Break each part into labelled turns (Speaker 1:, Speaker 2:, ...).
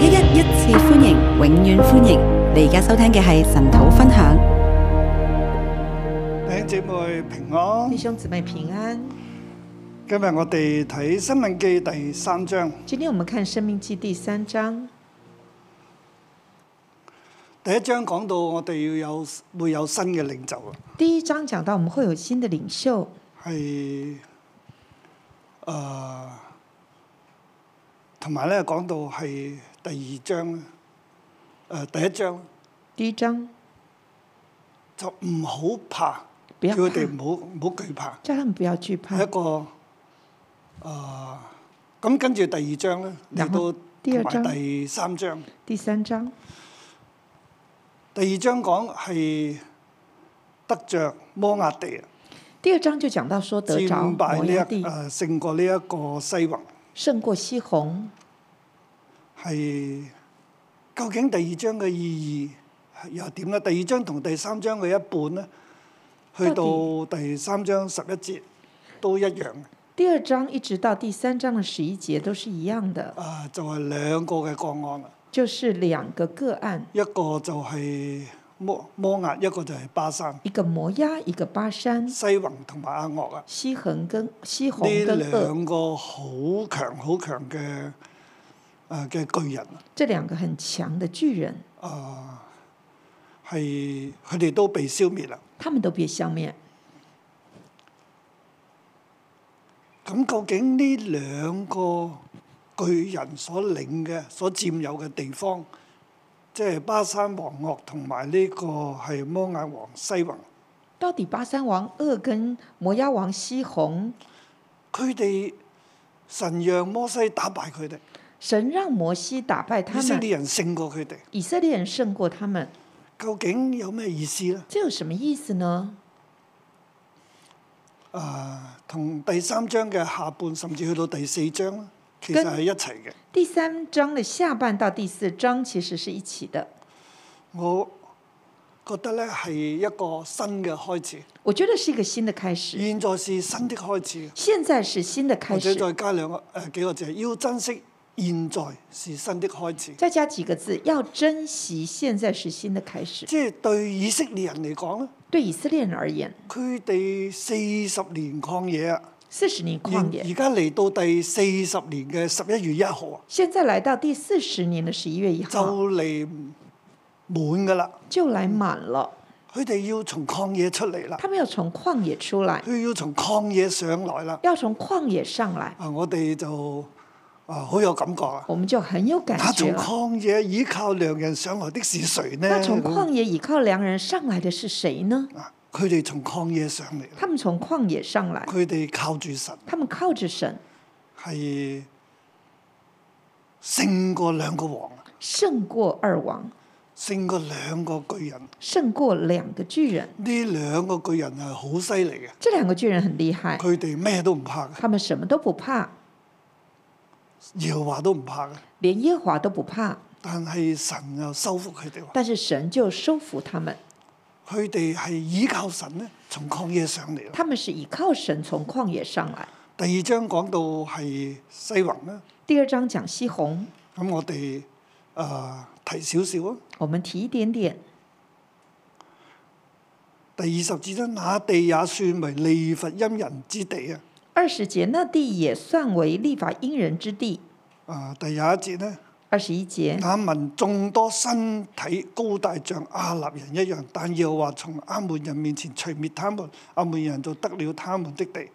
Speaker 1: 一一一次歡迎，永遠歡迎！你而家收聽嘅係神土分享。
Speaker 2: 弟兄姊妹平安
Speaker 3: 弟，兄姊妹平安，
Speaker 2: 今日我哋睇《新命記》第三章。
Speaker 3: 今天我们看《生命记》第三章。
Speaker 2: 第一章講到我哋要有會有新嘅領袖啊，
Speaker 3: 第一章讲到我们会有新的领袖，
Speaker 2: 係誒，同埋咧講到係第二章咧，誒、第一章
Speaker 3: 第一章
Speaker 2: 就唔好怕，
Speaker 3: 不
Speaker 2: 叫
Speaker 3: 要
Speaker 2: 佢
Speaker 3: 怕
Speaker 2: 哋，唔好唔好懼怕，
Speaker 3: 叫他们不要惧怕
Speaker 2: 係。一個誒。咁跟住第二章咧，嚟
Speaker 3: 然後
Speaker 2: 到
Speaker 3: 第二
Speaker 2: 同
Speaker 3: 章
Speaker 2: 埋第三章。
Speaker 3: 第三章
Speaker 2: 第二章講係得着摩押地啊，
Speaker 3: 第二章就讲到说得着
Speaker 2: 戰敗
Speaker 3: 摩
Speaker 2: 呢
Speaker 3: 押
Speaker 2: 一
Speaker 3: 地
Speaker 2: 誒、，呃、勝過呢一個西宏
Speaker 3: 胜过西宏。
Speaker 2: 係究竟第二章嘅意義又點咧？第二章同第三章嘅一半咧，去到
Speaker 3: 到
Speaker 2: 第三章十一節都一樣嘅，
Speaker 3: 第二章一直到第三章的十一节都是一样的，
Speaker 2: 啊、就係、兩個嘅個案啦，啊
Speaker 3: 就是兩個个案，
Speaker 2: 一個就係摩摩押，一個就係巴山
Speaker 3: 一個摩押，一個巴山，
Speaker 2: 西宏同埋阿岳啊。
Speaker 3: 西恒跟西宏
Speaker 2: 呢
Speaker 3: 跟惡，
Speaker 2: 兩個好強好強嘅誒嘅巨人啊！
Speaker 3: 這兩個很強的巨人，
Speaker 2: 啊，係佢哋都被消滅啦。
Speaker 3: 他們都被消滅。
Speaker 2: 咁究竟呢兩個巨人所領嘅、所佔有嘅地方，即係巴山王岳同埋呢個係摩亞王西宏，
Speaker 3: 到底巴山王二跟摩押王西宏，
Speaker 2: 佢哋神讓摩西打敗佢哋，
Speaker 3: 神讓摩西打敗他
Speaker 2: 以色
Speaker 3: 們，
Speaker 2: 列人勝過佢哋，
Speaker 3: 以色列人勝過他們，
Speaker 2: 究竟有咩意思呢？
Speaker 3: 這有什麼意思呢？
Speaker 2: 啊，同第三章嘅下半，甚至去到第四章咧，其實
Speaker 3: 跟
Speaker 2: 係一齊嘅。
Speaker 3: 第三章的下半到第四章其實是一起的，
Speaker 2: 我覺得咧係一個新嘅開始，
Speaker 3: 我覺得是一個新的開始。
Speaker 2: 現在是新的開始，
Speaker 3: 現在是新的
Speaker 2: 或者
Speaker 3: 開始，
Speaker 2: 再加兩個誒、呃、幾個字，要珍惜現在是新的開始。
Speaker 3: 再加幾個字，要珍惜現在是新的開始。
Speaker 2: 即係對以色列人嚟講咧，
Speaker 3: 對以色列人而言，
Speaker 2: 佢哋四十年曠野啊，
Speaker 3: 四十年
Speaker 2: 而
Speaker 3: 曠
Speaker 2: 而
Speaker 3: 野，
Speaker 2: 家嚟到第四十年嘅十一月一號啊，
Speaker 3: 現在來到第四十年的十一月一
Speaker 2: 就
Speaker 3: 號，
Speaker 2: 嚟滿㗎啦。
Speaker 3: 就來滿了。
Speaker 2: 佢哋要從曠野出嚟啦，
Speaker 3: 他們要從曠野出來，
Speaker 2: 佢要從曠野上來啦。
Speaker 3: 要從曠野上來。
Speaker 2: 啊，我哋就啊好有感覺啊！
Speaker 3: 我们就很有感
Speaker 2: 那從
Speaker 3: 觉了。
Speaker 2: 曠野倚靠良人上來的是誰呢？
Speaker 3: 那从旷野倚靠良人上来的是谁呢？
Speaker 2: 啊佢哋從曠野上嚟，
Speaker 3: 他们从旷野上来，
Speaker 2: 佢哋靠住神
Speaker 3: 他們靠着神
Speaker 2: 係勝過兩個王，啊
Speaker 3: 勝過二王，
Speaker 2: 勝過兩個巨人。
Speaker 3: 勝過兩個巨人。
Speaker 2: 呢兩個巨人係好犀利嘅，
Speaker 3: 這兩個巨人很厲害，
Speaker 2: 佢哋咩都唔怕嘅，
Speaker 3: 他們什麼都不怕，
Speaker 2: 耶和華都唔怕嘅。
Speaker 3: 連耶和華都不怕。
Speaker 2: 但係神又收服佢哋喎，
Speaker 3: 但是神就收服他們，
Speaker 2: 佢哋係倚靠神咧，從曠野上嚟啦。
Speaker 3: 他們是倚靠神從曠野上來。
Speaker 2: 第二章講到係西宏啦，
Speaker 3: 第二章講西宏，
Speaker 2: 咁我哋誒、呃提少少啊。
Speaker 3: 我們提一點點。
Speaker 2: 第二十節章，那地也算為利弗因人之地啊！
Speaker 3: 二十節，那地也算為立法因人之地。
Speaker 2: 啊，第廿一節呢，
Speaker 3: 二十一節，
Speaker 2: 那民眾多，身體高大，像亞納人一樣，但耶和華從亞捫人面前除滅他們，亞捫人就得了他們的地。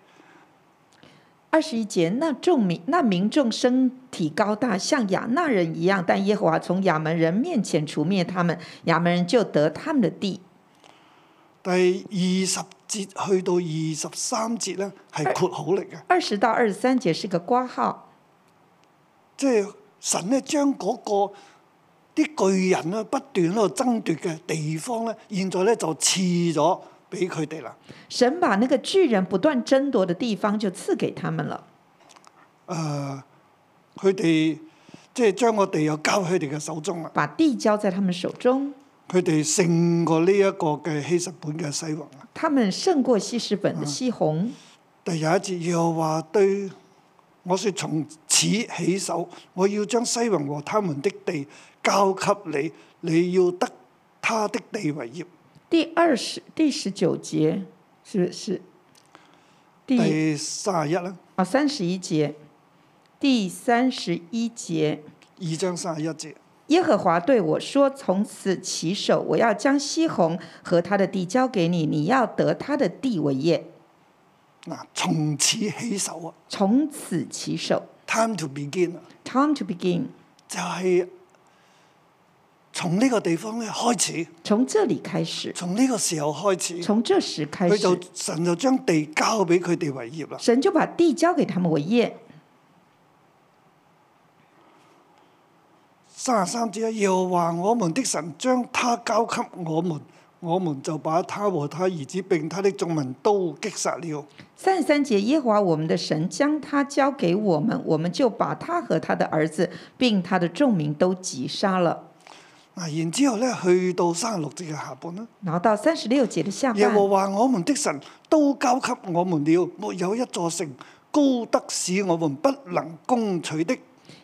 Speaker 3: 二十一节，那众民那民众身体高大，像亚那人一样，但耶和华从亚门人面前除灭他们，亚门人就得他们的地。
Speaker 2: 第二十節去到二十三節呢，係括號嚟嘅，
Speaker 3: 二十到二十三节是个括号，
Speaker 2: 即係神呢將嗰、個啲巨人呢不斷喺度爭奪嘅地方呢，現在呢就賜咗俾佢哋啦。
Speaker 3: 神把那个巨人不斷爭奪的地方就赐給他们了，
Speaker 2: 誒，呃佢哋即係將我哋又交喺佢哋嘅手中啦。
Speaker 3: 把地交在他们手中，
Speaker 2: 佢哋勝過呢一個嘅希實本嘅西王啊！
Speaker 3: 他們勝過西什本的西宏。
Speaker 2: 第廿一節又話對我説：從此此起手，我要將西宏和他們的地交給你，你要得他的地為業。
Speaker 3: 第二十第十九节是不是？第
Speaker 2: 第三十一啦，
Speaker 3: 啊三十一节，第三十一节，
Speaker 2: 二章三十一節。
Speaker 3: 耶和华对我说：“从此起手，我要将西红和他的地交给你，你要得他的地为业。
Speaker 2: 嗱，從此起手啊
Speaker 3: 从此起手
Speaker 2: ，time to begin 啊，
Speaker 3: ，time to begin，
Speaker 2: 就係從呢個地方咧開始，
Speaker 3: 从这里开始，
Speaker 2: 從呢個時候開始，
Speaker 3: 从这时开
Speaker 2: 佢
Speaker 3: 始
Speaker 2: 就，神就將地交俾佢哋為業啦。
Speaker 3: 神就把地交给他们为业。
Speaker 2: 三十三節啊，耶和華我們的神將他交給我們，我們就把他和他兒子並他的眾民都擊殺了。
Speaker 3: 三十三节，耶和华我们的神将他交给我们，我们就把他和他的儿子，并他的众民都击杀了。
Speaker 2: 嗱，啊然之後咧，去到三十六節嘅下半啦，
Speaker 3: 然后到三十六节的下
Speaker 2: 耶
Speaker 3: 半，
Speaker 2: 和華我們的神都交給我們了，沒有一座城高得使我們不能攻取的。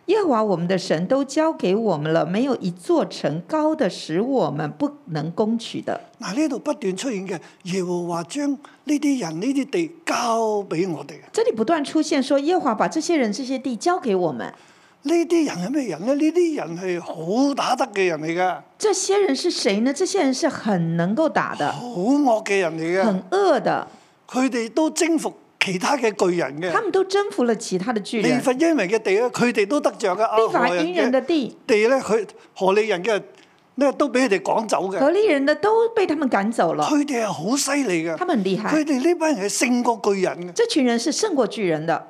Speaker 3: 耶和华我们的神都交给我们了，没有一座城高的使我们不能攻取的。
Speaker 2: 嗱，呢度不斷出現嘅耶和華將呢啲人呢啲地交俾我哋。
Speaker 3: 这里不断出现说，耶和华把这些人、这些地交给我们。
Speaker 2: 呢啲人係咩人咧？呢啲人係好打得嘅人嚟㗎，
Speaker 3: 这些人是谁呢？这些人是很能够打的，
Speaker 2: 好惡嘅人嚟㗎。
Speaker 3: 很恶的，
Speaker 2: 佢哋都征服其他嘅巨人
Speaker 3: 他
Speaker 2: 嘅。
Speaker 3: 们都征服了其他的巨
Speaker 2: 利
Speaker 3: 人。
Speaker 2: 弗因人嘅地咧，佢哋都得着嘅。
Speaker 3: 利
Speaker 2: 啊，
Speaker 3: 法
Speaker 2: 何
Speaker 3: 因人的
Speaker 2: 嘅
Speaker 3: 地，
Speaker 2: 地咧，佢何利人嘅咧都俾佢哋趕走嘅。
Speaker 3: 何利人的都被他们赶走了，
Speaker 2: 佢哋係好犀利嘅
Speaker 3: 他，们很厉
Speaker 2: 佢
Speaker 3: 害。
Speaker 2: 哋呢班人係勝過巨人嘅。
Speaker 3: 这群人是胜过巨人的，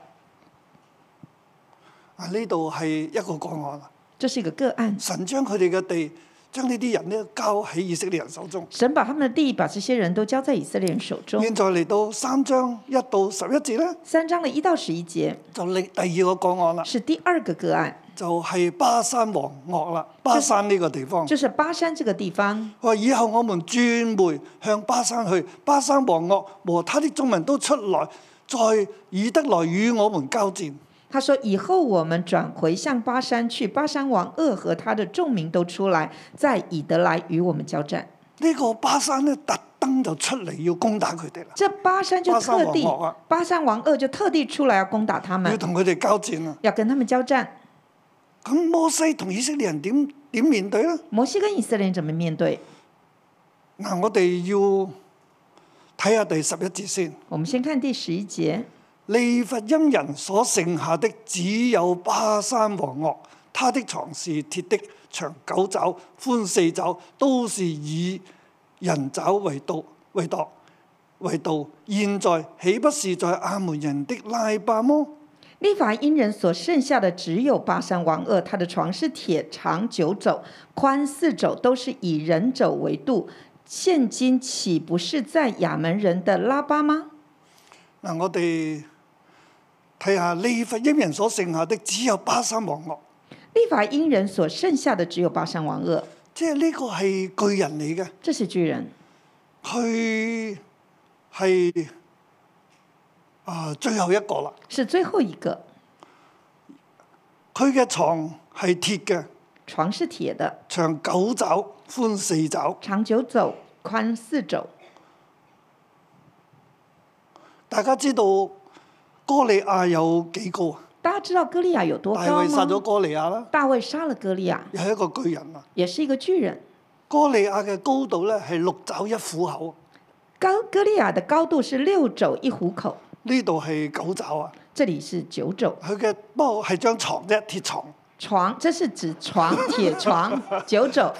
Speaker 2: 啊，呢度係一個個案啊！
Speaker 3: 这是一个个案。
Speaker 2: 神將佢哋嘅地，將呢啲人咧交喺以色列人手中。
Speaker 3: 神把他们的地，把这些人都交在以色列人手中。
Speaker 2: 現在嚟到三章一到十一節咧，
Speaker 3: 三章的一到十一节
Speaker 2: 就另第二個個案啦，
Speaker 3: 是第二个个案，
Speaker 2: 就係、巴山王惡啦，巴山呢個地方。
Speaker 3: 就是巴山这个地方。
Speaker 2: 話以後我們轉回向巴山去，巴山王惡和他的眾民都出來，在以德來與我們交戰。
Speaker 3: 他说：“以后我们转回向巴山去，巴山王恶和他的众民都出来，在以德来与我们交战。
Speaker 2: 呢、個巴山咧，特登就出嚟要攻打佢哋啦，
Speaker 3: 这巴山就
Speaker 2: 巴山
Speaker 3: 特地
Speaker 2: 王恶啊，
Speaker 3: 巴山王恶就特地出来要攻打他
Speaker 2: 要
Speaker 3: 们，
Speaker 2: 同佢哋交戰啊！
Speaker 3: 要跟他们交战。
Speaker 2: 咁摩西同以色列人點點面對呢？
Speaker 3: 摩西跟以色列人怎么面对？
Speaker 2: 嗱，我哋要睇下第十一節先。
Speaker 3: 我们先看第十一节，
Speaker 2: 利弗因人所剩下的只有巴山王惡，他的床是鐵的，長九爪，寬四爪，都是以人爪為度為度為度。現在豈不是在亞門人的拉巴麼？
Speaker 3: 利法因人所剩下的只有巴山王二，他的床是铁，长九肘，宽四肘，都是以人肘为度。现今岂不是在亚门人的拉巴吗？
Speaker 2: 嗱，我哋睇下利弗因人所剩下的只有巴山王惡，
Speaker 3: 利法因人所剩下的只有巴山王二，
Speaker 2: 即係呢個係巨人嚟嘅，
Speaker 3: 这是巨人，
Speaker 2: 佢係啊最後一個啦。
Speaker 3: 是最后一个。
Speaker 2: 佢嘅床係鐵嘅，
Speaker 3: 床是铁的，
Speaker 2: 長九爪，寬四爪，
Speaker 3: 长九肘，宽四肘。
Speaker 2: 大家知道哥利亞有幾高啊？
Speaker 3: 大家知道歌利亚有多
Speaker 2: 大
Speaker 3: 高啊
Speaker 2: 衛殺咗
Speaker 3: 吗？
Speaker 2: 哥利亞啦，
Speaker 3: 大卫杀了歌利亚，
Speaker 2: 又係一個巨人啊！
Speaker 3: 也是一个巨人。
Speaker 2: 哥利亞嘅高度咧係六爪一虎口，
Speaker 3: 高歌利亚的高度是六肘一虎口，
Speaker 2: 呢度係九爪啊！
Speaker 3: 这里是九肘。
Speaker 2: 佢嘅不過係張床啫，鐵床。
Speaker 3: 床，这是指床，铁床，九肘。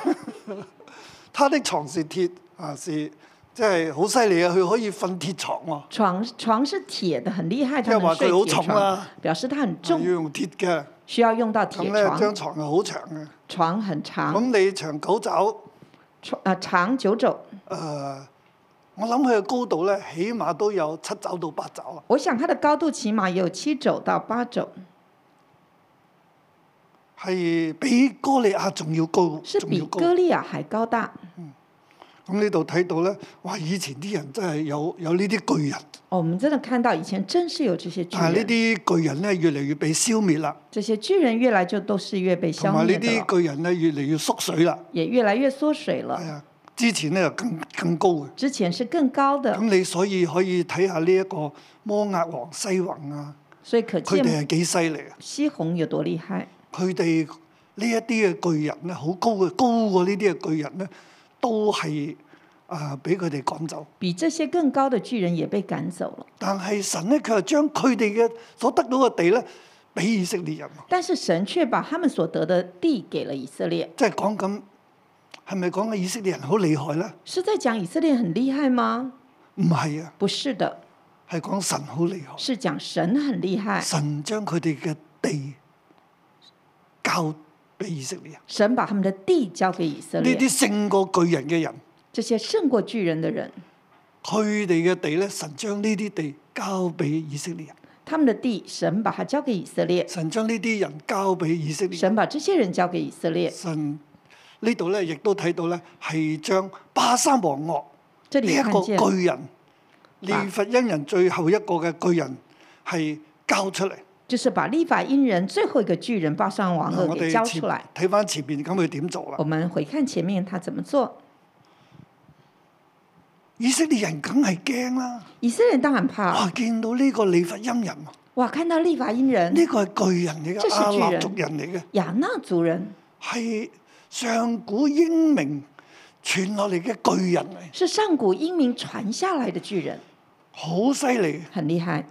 Speaker 2: 他的床是鐵啊，是即係好犀利啊！佢可以瞓鐵床喎、
Speaker 3: 床床是铁的，很厉害，
Speaker 2: 即
Speaker 3: 他
Speaker 2: 係話
Speaker 3: 能睡
Speaker 2: 佢好
Speaker 3: 铁
Speaker 2: 重
Speaker 3: 床
Speaker 2: 啦，
Speaker 3: 表示它很
Speaker 2: 要
Speaker 3: 重，
Speaker 2: 用鐵嘅。
Speaker 3: 需要用到铁
Speaker 2: 咁咧張
Speaker 3: 床。
Speaker 2: 床係好長嘅，
Speaker 3: 床很长，
Speaker 2: 咁你長九爪。
Speaker 3: 床啊长九肘。
Speaker 2: 誒、呃我諗佢嘅高度咧，起碼都有七爪到八爪啦。啊
Speaker 3: 我想它的高度起码有七肘到八肘，
Speaker 2: 係比哥利亞仲要高，
Speaker 3: 是
Speaker 2: 仲
Speaker 3: 比
Speaker 2: 要高。
Speaker 3: 歌利亚还高大。
Speaker 2: 咁呢度睇到咧，哇！以前啲人真係有有呢啲巨人，
Speaker 3: 哦，我们真的看到以前真是有这些巨
Speaker 2: 但係呢
Speaker 3: 人，
Speaker 2: 啲巨人咧越嚟越被消滅啦，
Speaker 3: 这些巨人越来就都是越被
Speaker 2: 同
Speaker 3: 消
Speaker 2: 埋呢
Speaker 3: 灭的了，
Speaker 2: 啲巨人咧越嚟越縮水啦。
Speaker 3: 也越来越缩水
Speaker 2: 係
Speaker 3: 了。
Speaker 2: 啊，之前咧就更更高嘅。
Speaker 3: 之前是更高的，
Speaker 2: 咁你所以可以睇下呢一個摩押王西宏啊，
Speaker 3: 所以可
Speaker 2: 佢哋
Speaker 3: 见
Speaker 2: 係幾犀利啊！
Speaker 3: 西红有多厉害。
Speaker 2: 佢哋呢一啲嘅巨人咧，好高嘅，高過呢啲嘅巨人咧，都係啊俾佢哋趕走。
Speaker 3: 比这些更高的巨人也被赶走了，
Speaker 2: 但係神咧，佢係將佢哋嘅所得到嘅地咧，俾以色列人喎，
Speaker 3: 但是神却把他们所得的地给了以色列，
Speaker 2: 即係講緊係咪講緊以色列人好厲害咧？
Speaker 3: 是在讲以色列很厉害吗？
Speaker 2: 唔係啊，
Speaker 3: 不是的，
Speaker 2: 係講神好厲害，
Speaker 3: 是讲神很厉害，
Speaker 2: 神將佢哋嘅地交俾以色列人。
Speaker 3: 神把他们的地交给以色
Speaker 2: 呢
Speaker 3: 列，
Speaker 2: 啲勝過巨人嘅人，
Speaker 3: 这些胜过巨人的人，
Speaker 2: 佢哋嘅地咧，神將呢啲地交俾以色列人，
Speaker 3: 他们的地神把它交给以色列，
Speaker 2: 神將呢啲人交俾以色列人。
Speaker 3: 神把这些人交给以色列。
Speaker 2: 神呢度咧，亦都睇到咧，係將巴山王惡
Speaker 3: 这
Speaker 2: 呢
Speaker 3: 里
Speaker 2: 一
Speaker 3: 看
Speaker 2: 個
Speaker 3: 见
Speaker 2: 巨人，利弗因人最後一個嘅巨人係交出嚟。
Speaker 3: 就是把立法因人最后一个巨人巴上王
Speaker 2: 嗱
Speaker 3: 恶
Speaker 2: 我
Speaker 3: 给
Speaker 2: 哋
Speaker 3: 交
Speaker 2: 前
Speaker 3: 出啊来。
Speaker 2: 睇翻前面咁佢點做
Speaker 3: 我
Speaker 2: 啦？
Speaker 3: 们回看前面他怎么做，
Speaker 2: 以色列人梗係驚啦！
Speaker 3: 以色列人当然怕，
Speaker 2: 哇，見到呢個利弗因人，呢
Speaker 3: 哇，看到立法因人
Speaker 2: 個係巨人嚟
Speaker 3: 嗯這
Speaker 2: 嘅，
Speaker 3: 是
Speaker 2: 阿
Speaker 3: 巨
Speaker 2: 納
Speaker 3: 人
Speaker 2: 族人嚟嘅。
Speaker 3: 雅纳族人。
Speaker 2: 係上古英明傳落嚟嘅巨人嚟，
Speaker 3: 是上古英明传下来的巨人，
Speaker 2: 好犀利。
Speaker 3: 很厉害。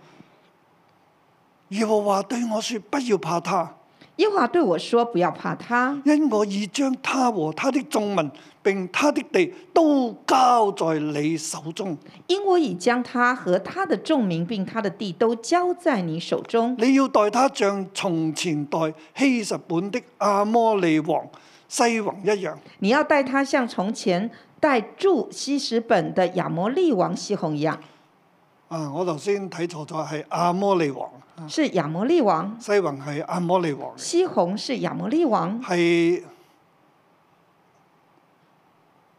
Speaker 2: 耶和華對我說：不要怕他，
Speaker 3: 耶和华对我说：“不要怕他，
Speaker 2: 因我已將他和他的眾民並他的地都交在你手中。
Speaker 3: 因我已将他和他的众民并他的地都交在你手中。
Speaker 2: 你要待他像從前待希實本的阿摩利王西宏一樣。
Speaker 3: 你要待他像从前待住西什本的亚摩利王西宏一样，
Speaker 2: 啊！我頭先睇錯咗，係阿摩利王，
Speaker 3: 是亚摩利王，
Speaker 2: 西宏係阿摩利王嚟，
Speaker 3: 西宏是亚摩利王。
Speaker 2: 係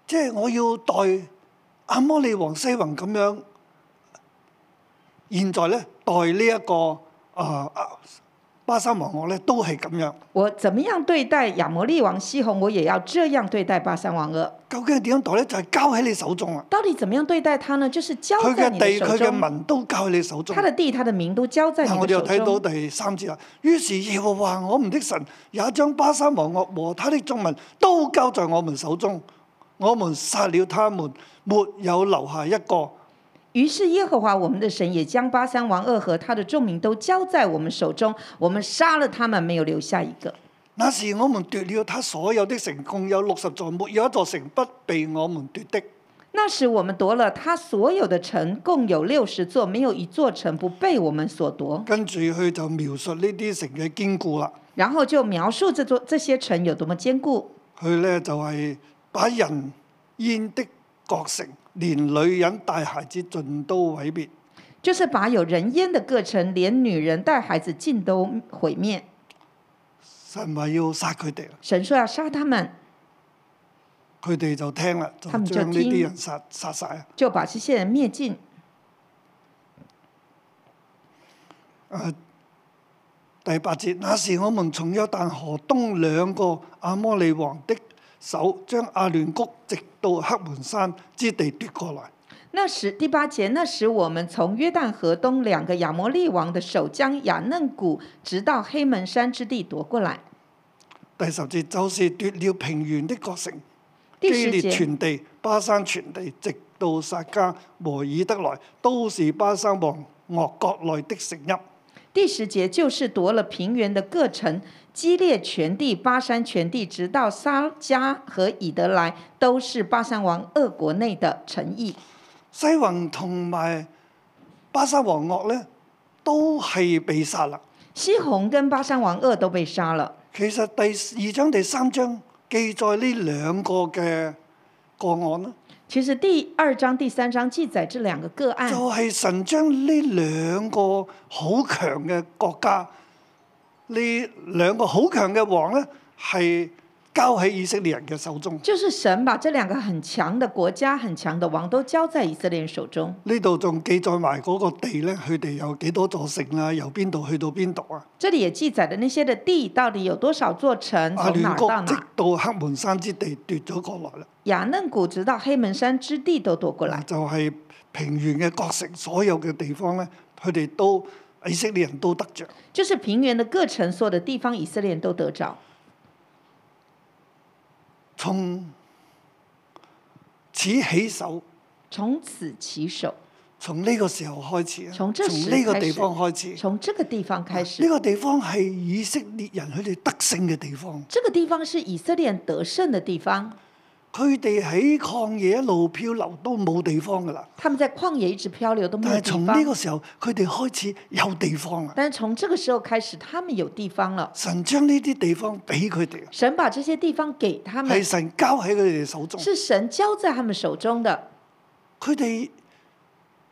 Speaker 2: 即係我要待阿摩利王西宏咁樣。現在咧，待呢、一個啊、啊巴山王國咧，都係咁樣。
Speaker 3: 我怎么样对待亚摩利王西宏，我也要这样对待巴山王恶。
Speaker 2: 究竟係點樣待咧？就係、交喺你手中啊！
Speaker 3: 到底怎么样对待他呢？就是交
Speaker 2: 佢
Speaker 3: 在
Speaker 2: 嘅
Speaker 3: 你
Speaker 2: 地、
Speaker 3: 的手
Speaker 2: 佢嘅
Speaker 3: 中，
Speaker 2: 民都交喺你手中
Speaker 3: 他。的地、他的民都交在你
Speaker 2: 嗱，我
Speaker 3: 的
Speaker 2: 哋又
Speaker 3: 手
Speaker 2: 睇
Speaker 3: 中。
Speaker 2: 到第三節啦。於是耶和華我們的神也將巴山王惡和他的眾民都交在我們手中，我們殺了他們，沒有留下一個。
Speaker 3: 于是耶和华我们的神也将巴山王二和他的众民都交在我们手中，我们杀了他们，没有留下一个。
Speaker 2: 那時我們奪了他所有的城，共有六十座，沒有一座城不被我們奪的。
Speaker 3: 那时我们夺了他所有的城，共有六十座，没有一座城不被我们所夺。
Speaker 2: 跟住佢就描述呢啲城嘅堅固啦。
Speaker 3: 然后就描述这座这些城有多么坚固。
Speaker 2: 佢咧就係、把人煙的各城，連女人帶孩子盡都毀滅。
Speaker 3: 就是把有人烟的各城，连女人带孩子尽都毁灭。
Speaker 2: 神話要殺佢哋啦。
Speaker 3: 神说要杀他们，
Speaker 2: 佢哋就聽啦，就
Speaker 3: 他們就
Speaker 2: 將呢啲
Speaker 3: 聽
Speaker 2: 人殺殺啊曬。
Speaker 3: 就把这些人灭尽。
Speaker 2: 第八節，那時我們從約旦河東兩個阿摩利王的手，將阿聯谷直到黑門山之地奪過來。
Speaker 3: 那时第八节，那时我们从约旦河东两个亚摩利王的手将雅嫩谷直到黑门山之地夺过来。
Speaker 2: 第十節就是奪了平原的各城，
Speaker 3: 第
Speaker 2: 基
Speaker 3: 十
Speaker 2: 列
Speaker 3: 节，
Speaker 2: 全地、巴山全地，直到撒加和以德來，都是巴山王惡國內的城邑。
Speaker 3: 第十节就是夺了平原的各城，激烈全地、巴山全地，直到撒加和以德来，都是巴山王恶国内的城邑。
Speaker 2: 西宏同埋巴山王惡呢，都係被殺啦。
Speaker 3: 西宏跟巴山王恶都被杀了。
Speaker 2: 其實第二章、第三章記載呢兩個嘅個案啦，
Speaker 3: 其实第二章、第三章记载这两个个案，
Speaker 2: 就係、神將呢兩個好強嘅國家，呢兩個好強嘅王咧，係交喺以色列人嘅手中。
Speaker 3: 就是神把这两个很强的国家、很强的王都交在以色列人手中。
Speaker 2: 呢度仲記載埋嗰個地咧，佢哋有幾多座城啊，由邊度去到邊度啊？
Speaker 3: 这里也记载了那些的地到底有多少座城，
Speaker 2: 阿
Speaker 3: 从哪
Speaker 2: 聯
Speaker 3: 儿
Speaker 2: 國
Speaker 3: 到哪
Speaker 2: 直
Speaker 3: 儿。
Speaker 2: 到黑門山之地奪咗過來啦。
Speaker 3: 雅嫩谷直到黑门山之地都夺过来，
Speaker 2: 就係平原嘅各城所有嘅地方咧，佢哋都以色列人都得着。
Speaker 3: 就是平原的各城所有的地方，以色列人都得着。
Speaker 2: 從此起手，
Speaker 3: 从此起手，
Speaker 2: 從呢個時候開始啊，從
Speaker 3: 從這時
Speaker 2: 呢個地方開始。
Speaker 3: 从这个地方开
Speaker 2: 呢
Speaker 3: 始。
Speaker 2: 個地方係以色列人佢哋得勝嘅地方，
Speaker 3: 这个地方是以色列人得胜的地方，
Speaker 2: 佢哋喺曠野一路漂流都冇地方噶啦。
Speaker 3: 他们在旷野一直漂流都没
Speaker 2: 但
Speaker 3: 有
Speaker 2: 係
Speaker 3: 地
Speaker 2: 從
Speaker 3: 方。
Speaker 2: 呢個時候，佢哋開始有地方啦。
Speaker 3: 但是从这个时候开始，他们有地方了。
Speaker 2: 神將呢啲地方俾佢哋，
Speaker 3: 神把这些地方给他们
Speaker 2: 係，神交喺佢哋手中。
Speaker 3: 是神交在他们手中的。
Speaker 2: 佢哋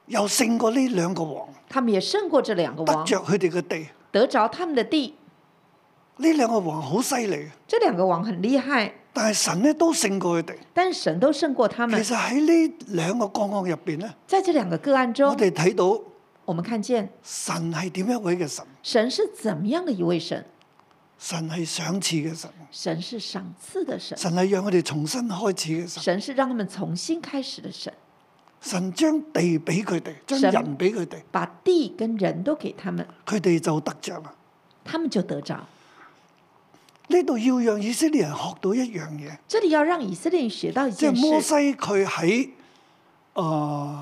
Speaker 2: 又勝過呢兩個王，
Speaker 3: 他们也胜过这两个
Speaker 2: 得
Speaker 3: 王，
Speaker 2: 着佢哋嘅地。
Speaker 3: 得着他们的地。
Speaker 2: 呢兩個王好犀利，
Speaker 3: 这两个王很厉害，
Speaker 2: 但係神咧都勝過佢哋。
Speaker 3: 但是神都胜过他
Speaker 2: 其
Speaker 3: 们。
Speaker 2: 實喺呢兩個個案入邊咧，
Speaker 3: 在这两个个案
Speaker 2: 我
Speaker 3: 中，
Speaker 2: 哋睇到
Speaker 3: 我们看见
Speaker 2: 神係點一位嘅神，
Speaker 3: 神是怎么样的一位神？
Speaker 2: 神係賞賜嘅神，
Speaker 3: 神是赏赐的神，
Speaker 2: 神係讓我哋重新開始嘅神。
Speaker 3: 神是让他们重新开始的神，
Speaker 2: 神將地俾佢哋，將
Speaker 3: 神
Speaker 2: 人俾佢哋，
Speaker 3: 把地跟人都给他们，
Speaker 2: 佢哋就得着啦。
Speaker 3: 他们就得着。
Speaker 2: 呢度要讓以色列人學到一樣嘢，
Speaker 3: 这里要让以色列人学到一
Speaker 2: 即係
Speaker 3: 件
Speaker 2: 摩
Speaker 3: 事，
Speaker 2: 西佢喺誒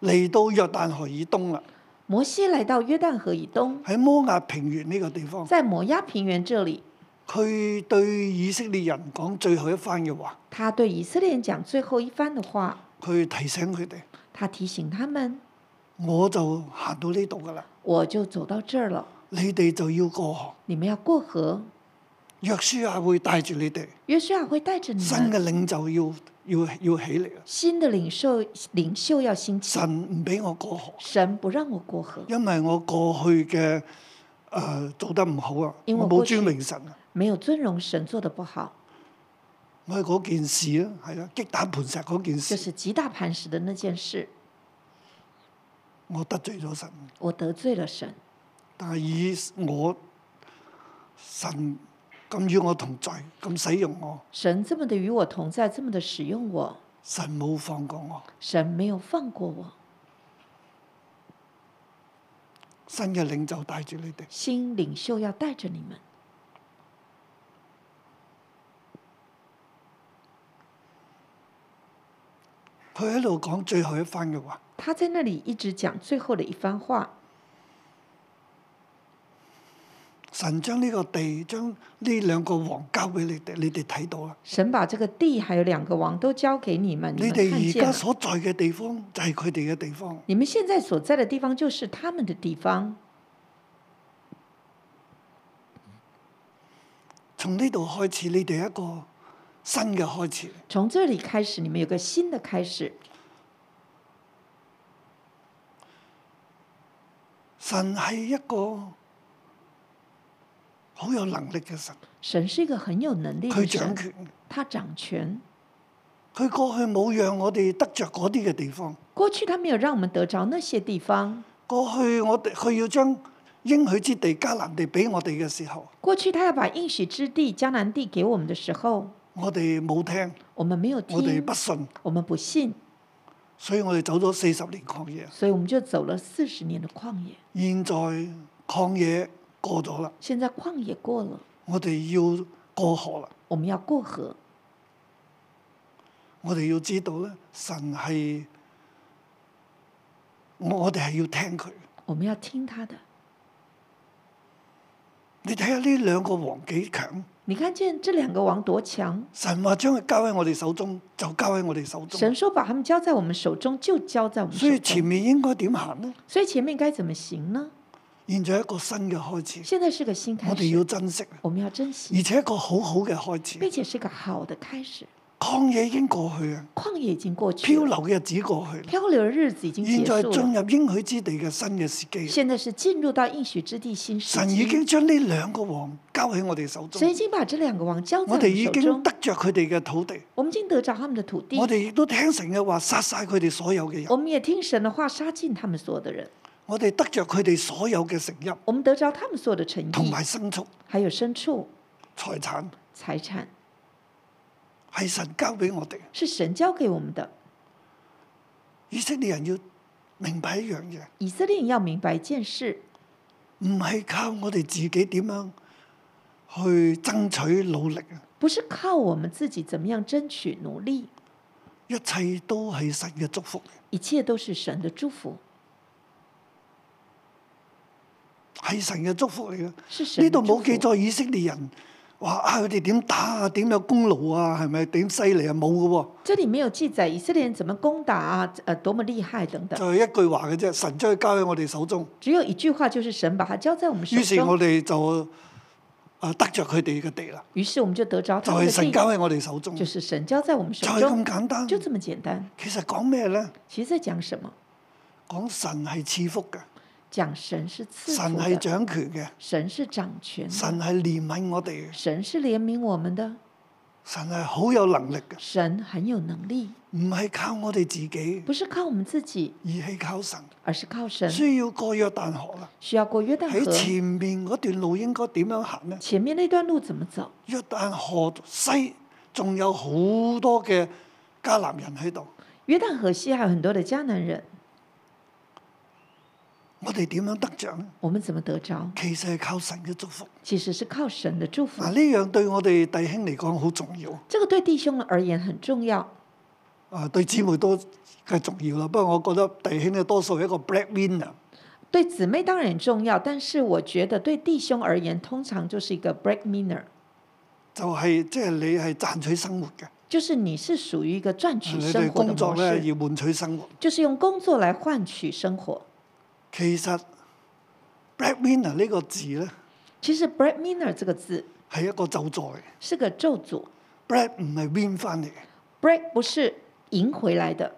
Speaker 2: 嚟到約旦河以東啦，
Speaker 3: 摩西来到约旦河以东，
Speaker 2: 喺摩押平原呢個地方，
Speaker 3: 在摩押平原这里，
Speaker 2: 佢對以色列人講最後一番嘅話，
Speaker 3: 他对以色列人讲最后一番的话，
Speaker 2: 佢提醒佢哋：
Speaker 3: 他提醒他们：
Speaker 2: 我就行到呢度噶啦，
Speaker 3: 我就走到这儿了，
Speaker 2: 你哋就要過河。
Speaker 3: 你们要過河，
Speaker 2: 約書亞會帶住你哋，
Speaker 3: 约书亚会带着你
Speaker 2: 新
Speaker 3: 们。
Speaker 2: 嘅領袖要要要起嚟啊！
Speaker 3: 新的领袖领袖要兴起，
Speaker 2: 神唔俾我過河，
Speaker 3: 神不让我過河，
Speaker 2: 因為我過去嘅誒、呃做得唔好啊，
Speaker 3: 因為
Speaker 2: 我
Speaker 3: 我
Speaker 2: 冇
Speaker 3: 過去
Speaker 2: 尊榮神啊。
Speaker 3: 没有尊荣神做的不好，
Speaker 2: 我係嗰件事啦，係啦，擊打磐石嗰件
Speaker 3: 就
Speaker 2: 事，
Speaker 3: 是极大磐石的那件事，
Speaker 2: 我得罪咗神，
Speaker 3: 我得罪了神。
Speaker 2: 但係以我神咁與我同在，咁使用我，
Speaker 3: 神这么的与我同在，这么的使用我，
Speaker 2: 神冇放過我。
Speaker 3: 神没有放过我。
Speaker 2: 新嘅領袖帶住你哋，
Speaker 3: 新领袖要带着你们，
Speaker 2: 佢喺度講最後一番嘅話。
Speaker 3: 他在那里一直讲最后的一番话。
Speaker 2: 神將呢個地，將呢兩個王交俾你哋，你哋睇到啊啦。
Speaker 3: 神把这个地还有两个王都交给你们，
Speaker 2: 你
Speaker 3: 们
Speaker 2: 哋
Speaker 3: 看啊
Speaker 2: 而
Speaker 3: 见
Speaker 2: 家
Speaker 3: 了。
Speaker 2: 所在嘅地方就係佢哋嘅地方。
Speaker 3: 你们现在所在的地方就是他们的地方，
Speaker 2: 從呢度開始，你哋一個新嘅開始。
Speaker 3: 从这里开始，你们有个新的开始。
Speaker 2: 神係一個好有能力嘅神，
Speaker 3: 神是一个很有能力的
Speaker 2: 佢掌
Speaker 3: 神，
Speaker 2: 權。
Speaker 3: 他掌權。
Speaker 2: 佢過去冇讓我哋得着嗰啲嘅地方。
Speaker 3: 过去他没有让我们得着那些地方，
Speaker 2: 過去我哋佢要將應許之地迦南地俾我哋嘅時候，
Speaker 3: 过去他要把应许之地迦南地给我们的时候，
Speaker 2: 我哋冇聽，
Speaker 3: 我们没有
Speaker 2: 我哋
Speaker 3: 听
Speaker 2: 不，信，
Speaker 3: 我们不信，
Speaker 2: 所以我哋走咗四十年曠野。
Speaker 3: 所以我們就走了四十年的旷野。
Speaker 2: 現在曠野過咗啦，
Speaker 3: 现在旷野过了，
Speaker 2: 我哋要過河啦。
Speaker 3: 我们要过河。
Speaker 2: 我哋要知道咧，神係我我哋係要聽佢。
Speaker 3: 我们要听他的。
Speaker 2: 你睇下呢兩個王幾強，
Speaker 3: 你看见这两个王多强？
Speaker 2: 神話將佢交喺我哋手中，就交喺我哋手中。
Speaker 3: 神说把他们交在我们手中，就交在我们
Speaker 2: 所以
Speaker 3: 手
Speaker 2: 前
Speaker 3: 中。
Speaker 2: 面應該點行呢？
Speaker 3: 所以前面该怎么行呢？
Speaker 2: 現在一個新嘅開始，
Speaker 3: 现在是个新开
Speaker 2: 我哋
Speaker 3: 始
Speaker 2: 要，珍惜，啊
Speaker 3: 我们要珍
Speaker 2: 而
Speaker 3: 惜，
Speaker 2: 且一個好好嘅開
Speaker 3: 并
Speaker 2: 始。
Speaker 3: 且是个好的开始。
Speaker 2: 曠野已經過去啊，
Speaker 3: 旷野已经过去
Speaker 2: 漂
Speaker 3: 了，
Speaker 2: 流嘅日子過去啦。
Speaker 3: 漂流的日子已经
Speaker 2: 現
Speaker 3: 结
Speaker 2: 在
Speaker 3: 束
Speaker 2: 進
Speaker 3: 了。
Speaker 2: 入應許之地嘅新嘅時機，
Speaker 3: 现在是进入到应许之地新时
Speaker 2: 神已
Speaker 3: 期，
Speaker 2: 經將呢兩個王交喺我哋手
Speaker 3: 神
Speaker 2: 中，
Speaker 3: 已经把这两个王交在
Speaker 2: 我
Speaker 3: 我
Speaker 2: 哋
Speaker 3: 们
Speaker 2: 已
Speaker 3: 手
Speaker 2: 經
Speaker 3: 中，
Speaker 2: 得着佢哋嘅土地，
Speaker 3: 我们已经得着他们的土地
Speaker 2: 我，哋亦都聽神嘅話，殺晒佢哋所有嘅人，
Speaker 3: 我们也听神的话，杀尽他们所有的人，
Speaker 2: 我哋得着佢哋所有嘅成邑，
Speaker 3: 我们得着他们所有的诚
Speaker 2: 同
Speaker 3: 意，
Speaker 2: 埋牲畜
Speaker 3: 还有牲畜、
Speaker 2: 財產，
Speaker 3: 财产，
Speaker 2: 係神交俾我哋。
Speaker 3: 是神交给我们的。
Speaker 2: 以色列人要明白一樣嘢，
Speaker 3: 以色列人要明白一件事，
Speaker 2: 唔係靠我哋自己點樣去爭取努力啊！
Speaker 3: 不是靠我们自己怎么样争取努力，
Speaker 2: 一切都係神嘅祝福，
Speaker 3: 一切都是神的祝福，
Speaker 2: 係神嘅祝福嚟啊嘅。
Speaker 3: 是神
Speaker 2: 呢
Speaker 3: 的
Speaker 2: 度
Speaker 3: 祝福。
Speaker 2: 冇記載以色列人話啊，佢哋點打啊，點有功勞啊，係咪點犀利啊？冇嘅喎，
Speaker 3: 这里没有记载以色列人怎么攻打啊，呃，多么厉害等等，
Speaker 2: 就係一句話嘅啫。神將佢交喺我哋手中，
Speaker 3: 只有一句话，就是神把它交在我们手
Speaker 2: 於是
Speaker 3: 中。
Speaker 2: 我哋就啊得着佢哋嘅地啦，
Speaker 3: 于是我们就得着
Speaker 2: 就係、
Speaker 3: 他们的
Speaker 2: 神
Speaker 3: 地，
Speaker 2: 交喺我哋手中，
Speaker 3: 就
Speaker 2: 就是
Speaker 3: 神交在我们手
Speaker 2: 係咁
Speaker 3: 中，
Speaker 2: 簡單。
Speaker 3: 就这么简单。
Speaker 2: 其實講咩咧？
Speaker 3: 其实在讲什么？
Speaker 2: 講神係賜福嘅，
Speaker 3: 讲神是赐
Speaker 2: 神
Speaker 3: 福
Speaker 2: 係
Speaker 3: 的，
Speaker 2: 掌權嘅，
Speaker 3: 神是掌权的，
Speaker 2: 神係憐憫我哋嘅，
Speaker 3: 神是怜悯我们的，
Speaker 2: 神係好有能力嘅，
Speaker 3: 神很有能力，
Speaker 2: 唔係靠我哋自己，
Speaker 3: 不是靠我们自己，
Speaker 2: 而係靠神。
Speaker 3: 而是靠神。
Speaker 2: 需要過約旦河啦，
Speaker 3: 需要过约旦
Speaker 2: 喺
Speaker 3: 河，
Speaker 2: 前面嗰段路應該點樣行呢？
Speaker 3: 前面那段路怎么走？
Speaker 2: 約旦河西仲有好多嘅迦南人喺度，
Speaker 3: 约旦河西还有很多的迦南人，
Speaker 2: 我哋點樣得着呢？
Speaker 3: 我们怎么得着？
Speaker 2: 其實係靠神嘅祝福。
Speaker 3: 其实是靠神的祝福
Speaker 2: 嗱，。呢樣對我哋弟兄嚟講好重要，
Speaker 3: 这个对弟兄而言很重要，
Speaker 2: 啊對姊妹都係重要啦。不過我覺得弟兄咧多數係一個 breadwinner，
Speaker 3: 对姊妹当然很重要，但是我觉得对弟兄而言，通常就是一个 breadwinner，
Speaker 2: 就係即係你係賺取生活嘅，
Speaker 3: 就是你是属于一个赚取
Speaker 2: 你
Speaker 3: 生
Speaker 2: 哋
Speaker 3: 活的
Speaker 2: 哎工作
Speaker 3: 模
Speaker 2: 咧
Speaker 3: 式，
Speaker 2: 要換取生活。
Speaker 3: 就是用工作来换取生活。
Speaker 2: 其實 breadwinner 呢個字咧
Speaker 3: 其实 breadwinner 这个字
Speaker 2: 係一個咒詛嚟嘅
Speaker 3: 是个咒诅
Speaker 2: ，bread 唔係 win 翻嚟嘅。
Speaker 3: ，bread 不是赢回来的，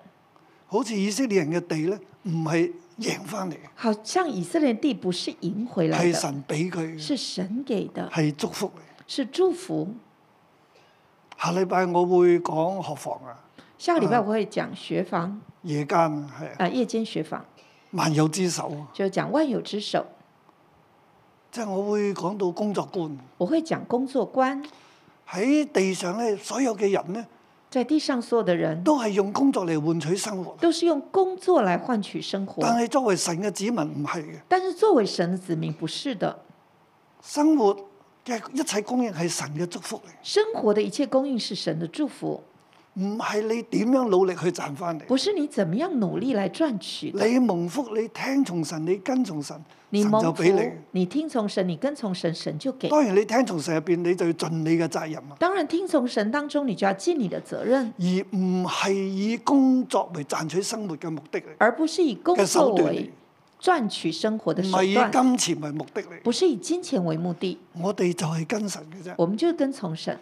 Speaker 2: 好似以色列人嘅地咧，唔係贏翻嚟嘅，
Speaker 3: 好像以色列地不是赢回来
Speaker 2: 係
Speaker 3: 的，
Speaker 2: 神俾佢嘅，
Speaker 3: 是神给的，
Speaker 2: 係祝福嚟嘅。
Speaker 3: 是祝福。
Speaker 2: 下禮拜我會講學房啊，
Speaker 3: 下个礼拜我会讲学房，
Speaker 2: 夜間啊，係啊，
Speaker 3: 呃，夜间学房，
Speaker 2: 萬有之首啊，
Speaker 3: 就讲万有之首。
Speaker 2: 即係我會講到工作觀
Speaker 3: 我会讲工作观，
Speaker 2: 喺地上咧，所有嘅人咧
Speaker 3: 在地上所有的人
Speaker 2: 都係用工作嚟換取生活，
Speaker 3: 都是用工作来换取生活，
Speaker 2: 但係作為神嘅子民唔係嘅，
Speaker 3: 但是作为神的子民不是的，
Speaker 2: 生活嘅一切供應係神嘅祝福嚟，
Speaker 3: 生活的一切供應是神的祝福，
Speaker 2: 唔係你點樣努力去賺翻嚟。
Speaker 3: 不是你怎么样努力来赚取的。
Speaker 2: 你蒙福，你聽從神，你跟從神，
Speaker 3: 你
Speaker 2: 神就
Speaker 3: 蒙福
Speaker 2: 俾你。，
Speaker 3: 你聽從神，你跟從神，神就给。
Speaker 2: 當然你聽從神入邊，你就要盡你嘅責任啊，
Speaker 3: 当然，听从神当中，你就要尽你的责任，
Speaker 2: 而唔係以工作為賺取生活嘅目的嚟，
Speaker 3: 而不是以工
Speaker 2: 嘅手
Speaker 3: 作
Speaker 2: 段嚟
Speaker 3: 为，赚取生活的
Speaker 2: 唔
Speaker 3: 手
Speaker 2: 係以
Speaker 3: 段，
Speaker 2: 金錢為目的嚟。
Speaker 3: 不是以金钱为目的。
Speaker 2: 我哋就係跟神嘅啫。
Speaker 3: 我们就跟从神。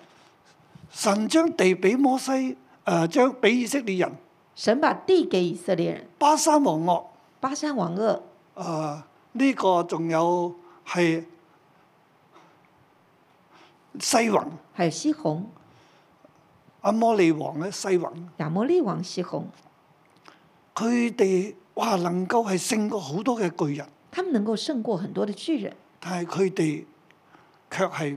Speaker 2: 神將地俾摩西，誒、呃、將俾以色列人，
Speaker 3: 神把地给以色列人，
Speaker 2: 巴山王惡，
Speaker 3: 巴山王二，
Speaker 2: 誒、呢、個仲有係西宏，
Speaker 3: 还有西宏、
Speaker 2: 阿摩利王咧西宏，
Speaker 3: 亚摩利王西宏，
Speaker 2: 佢哋哇能夠係勝過好多嘅巨人。
Speaker 3: 他们能够胜过很多的巨人，
Speaker 2: 但係佢哋卻係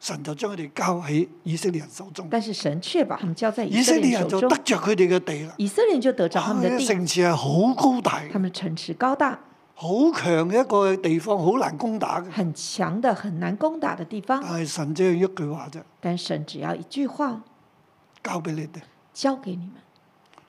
Speaker 2: 神就將佢哋交喺以色列人手中，
Speaker 3: 但是神却把他们交在以
Speaker 2: 以
Speaker 3: 色
Speaker 2: 色
Speaker 3: 列
Speaker 2: 列
Speaker 3: 人
Speaker 2: 人
Speaker 3: 手
Speaker 2: 就得啊
Speaker 3: 中，
Speaker 2: 着佢哋嘅地啦。
Speaker 3: 以色列人就得着他
Speaker 2: 哇
Speaker 3: 们
Speaker 2: 佢
Speaker 3: 的
Speaker 2: 嘅
Speaker 3: 地，
Speaker 2: 城市係好高大，
Speaker 3: 他们城池高大，
Speaker 2: 好強嘅一個地方，好難攻打嘅。
Speaker 3: 很强的，很难攻打的地
Speaker 2: 但
Speaker 3: 方。
Speaker 2: 係神只有一句話啫，
Speaker 3: 但神只要一句话
Speaker 2: 交俾你哋。
Speaker 3: 交给你们，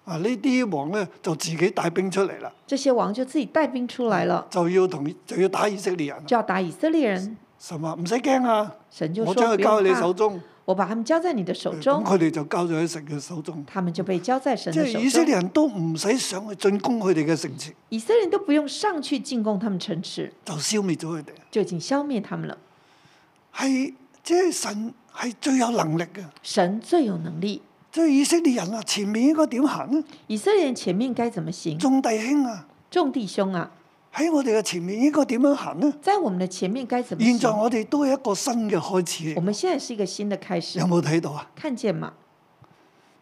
Speaker 2: 啊，呢啲王咧就自己帶兵出嚟啦，
Speaker 3: 这些王就自己带兵出来了，
Speaker 2: 就要同就要打以色列人啦。
Speaker 3: 就要打以色列人。
Speaker 2: 神話唔使驚啊，
Speaker 3: 神就
Speaker 2: 我
Speaker 3: 说：“
Speaker 2: 將
Speaker 3: 不
Speaker 2: 佢交喺你
Speaker 3: 用
Speaker 2: 手
Speaker 3: 怕，
Speaker 2: 中。嗯
Speaker 3: 我把他们交在你的手
Speaker 2: 咁
Speaker 3: 中。
Speaker 2: 佢哋就交咗喺神嘅手中”。
Speaker 3: 他们就被交在神
Speaker 2: 即
Speaker 3: 的
Speaker 2: 係
Speaker 3: 手
Speaker 2: 以色列
Speaker 3: 中。
Speaker 2: 人都唔使上去進攻佢哋嘅城池，
Speaker 3: 以色列人都不用上去进攻他们城池，
Speaker 2: 就消滅咗佢哋。
Speaker 3: 就已经消灭他们了。
Speaker 2: 係即係神係最有能力嘅，
Speaker 3: 神最有能力，
Speaker 2: 即係以色列人啊，前面應該點行呢？
Speaker 3: 以色列人前面该怎么行？
Speaker 2: 眾弟兄啊，
Speaker 3: 众弟兄啊，
Speaker 2: 喺我哋嘅前面應該點樣行呢？
Speaker 3: 在我们的前面该怎么
Speaker 2: 現
Speaker 3: 行？
Speaker 2: 在我哋都係一個新嘅開始
Speaker 3: 我
Speaker 2: 嚟，
Speaker 3: 们现在是一个新的开始
Speaker 2: 有，冇睇到啊？
Speaker 3: 看见吗？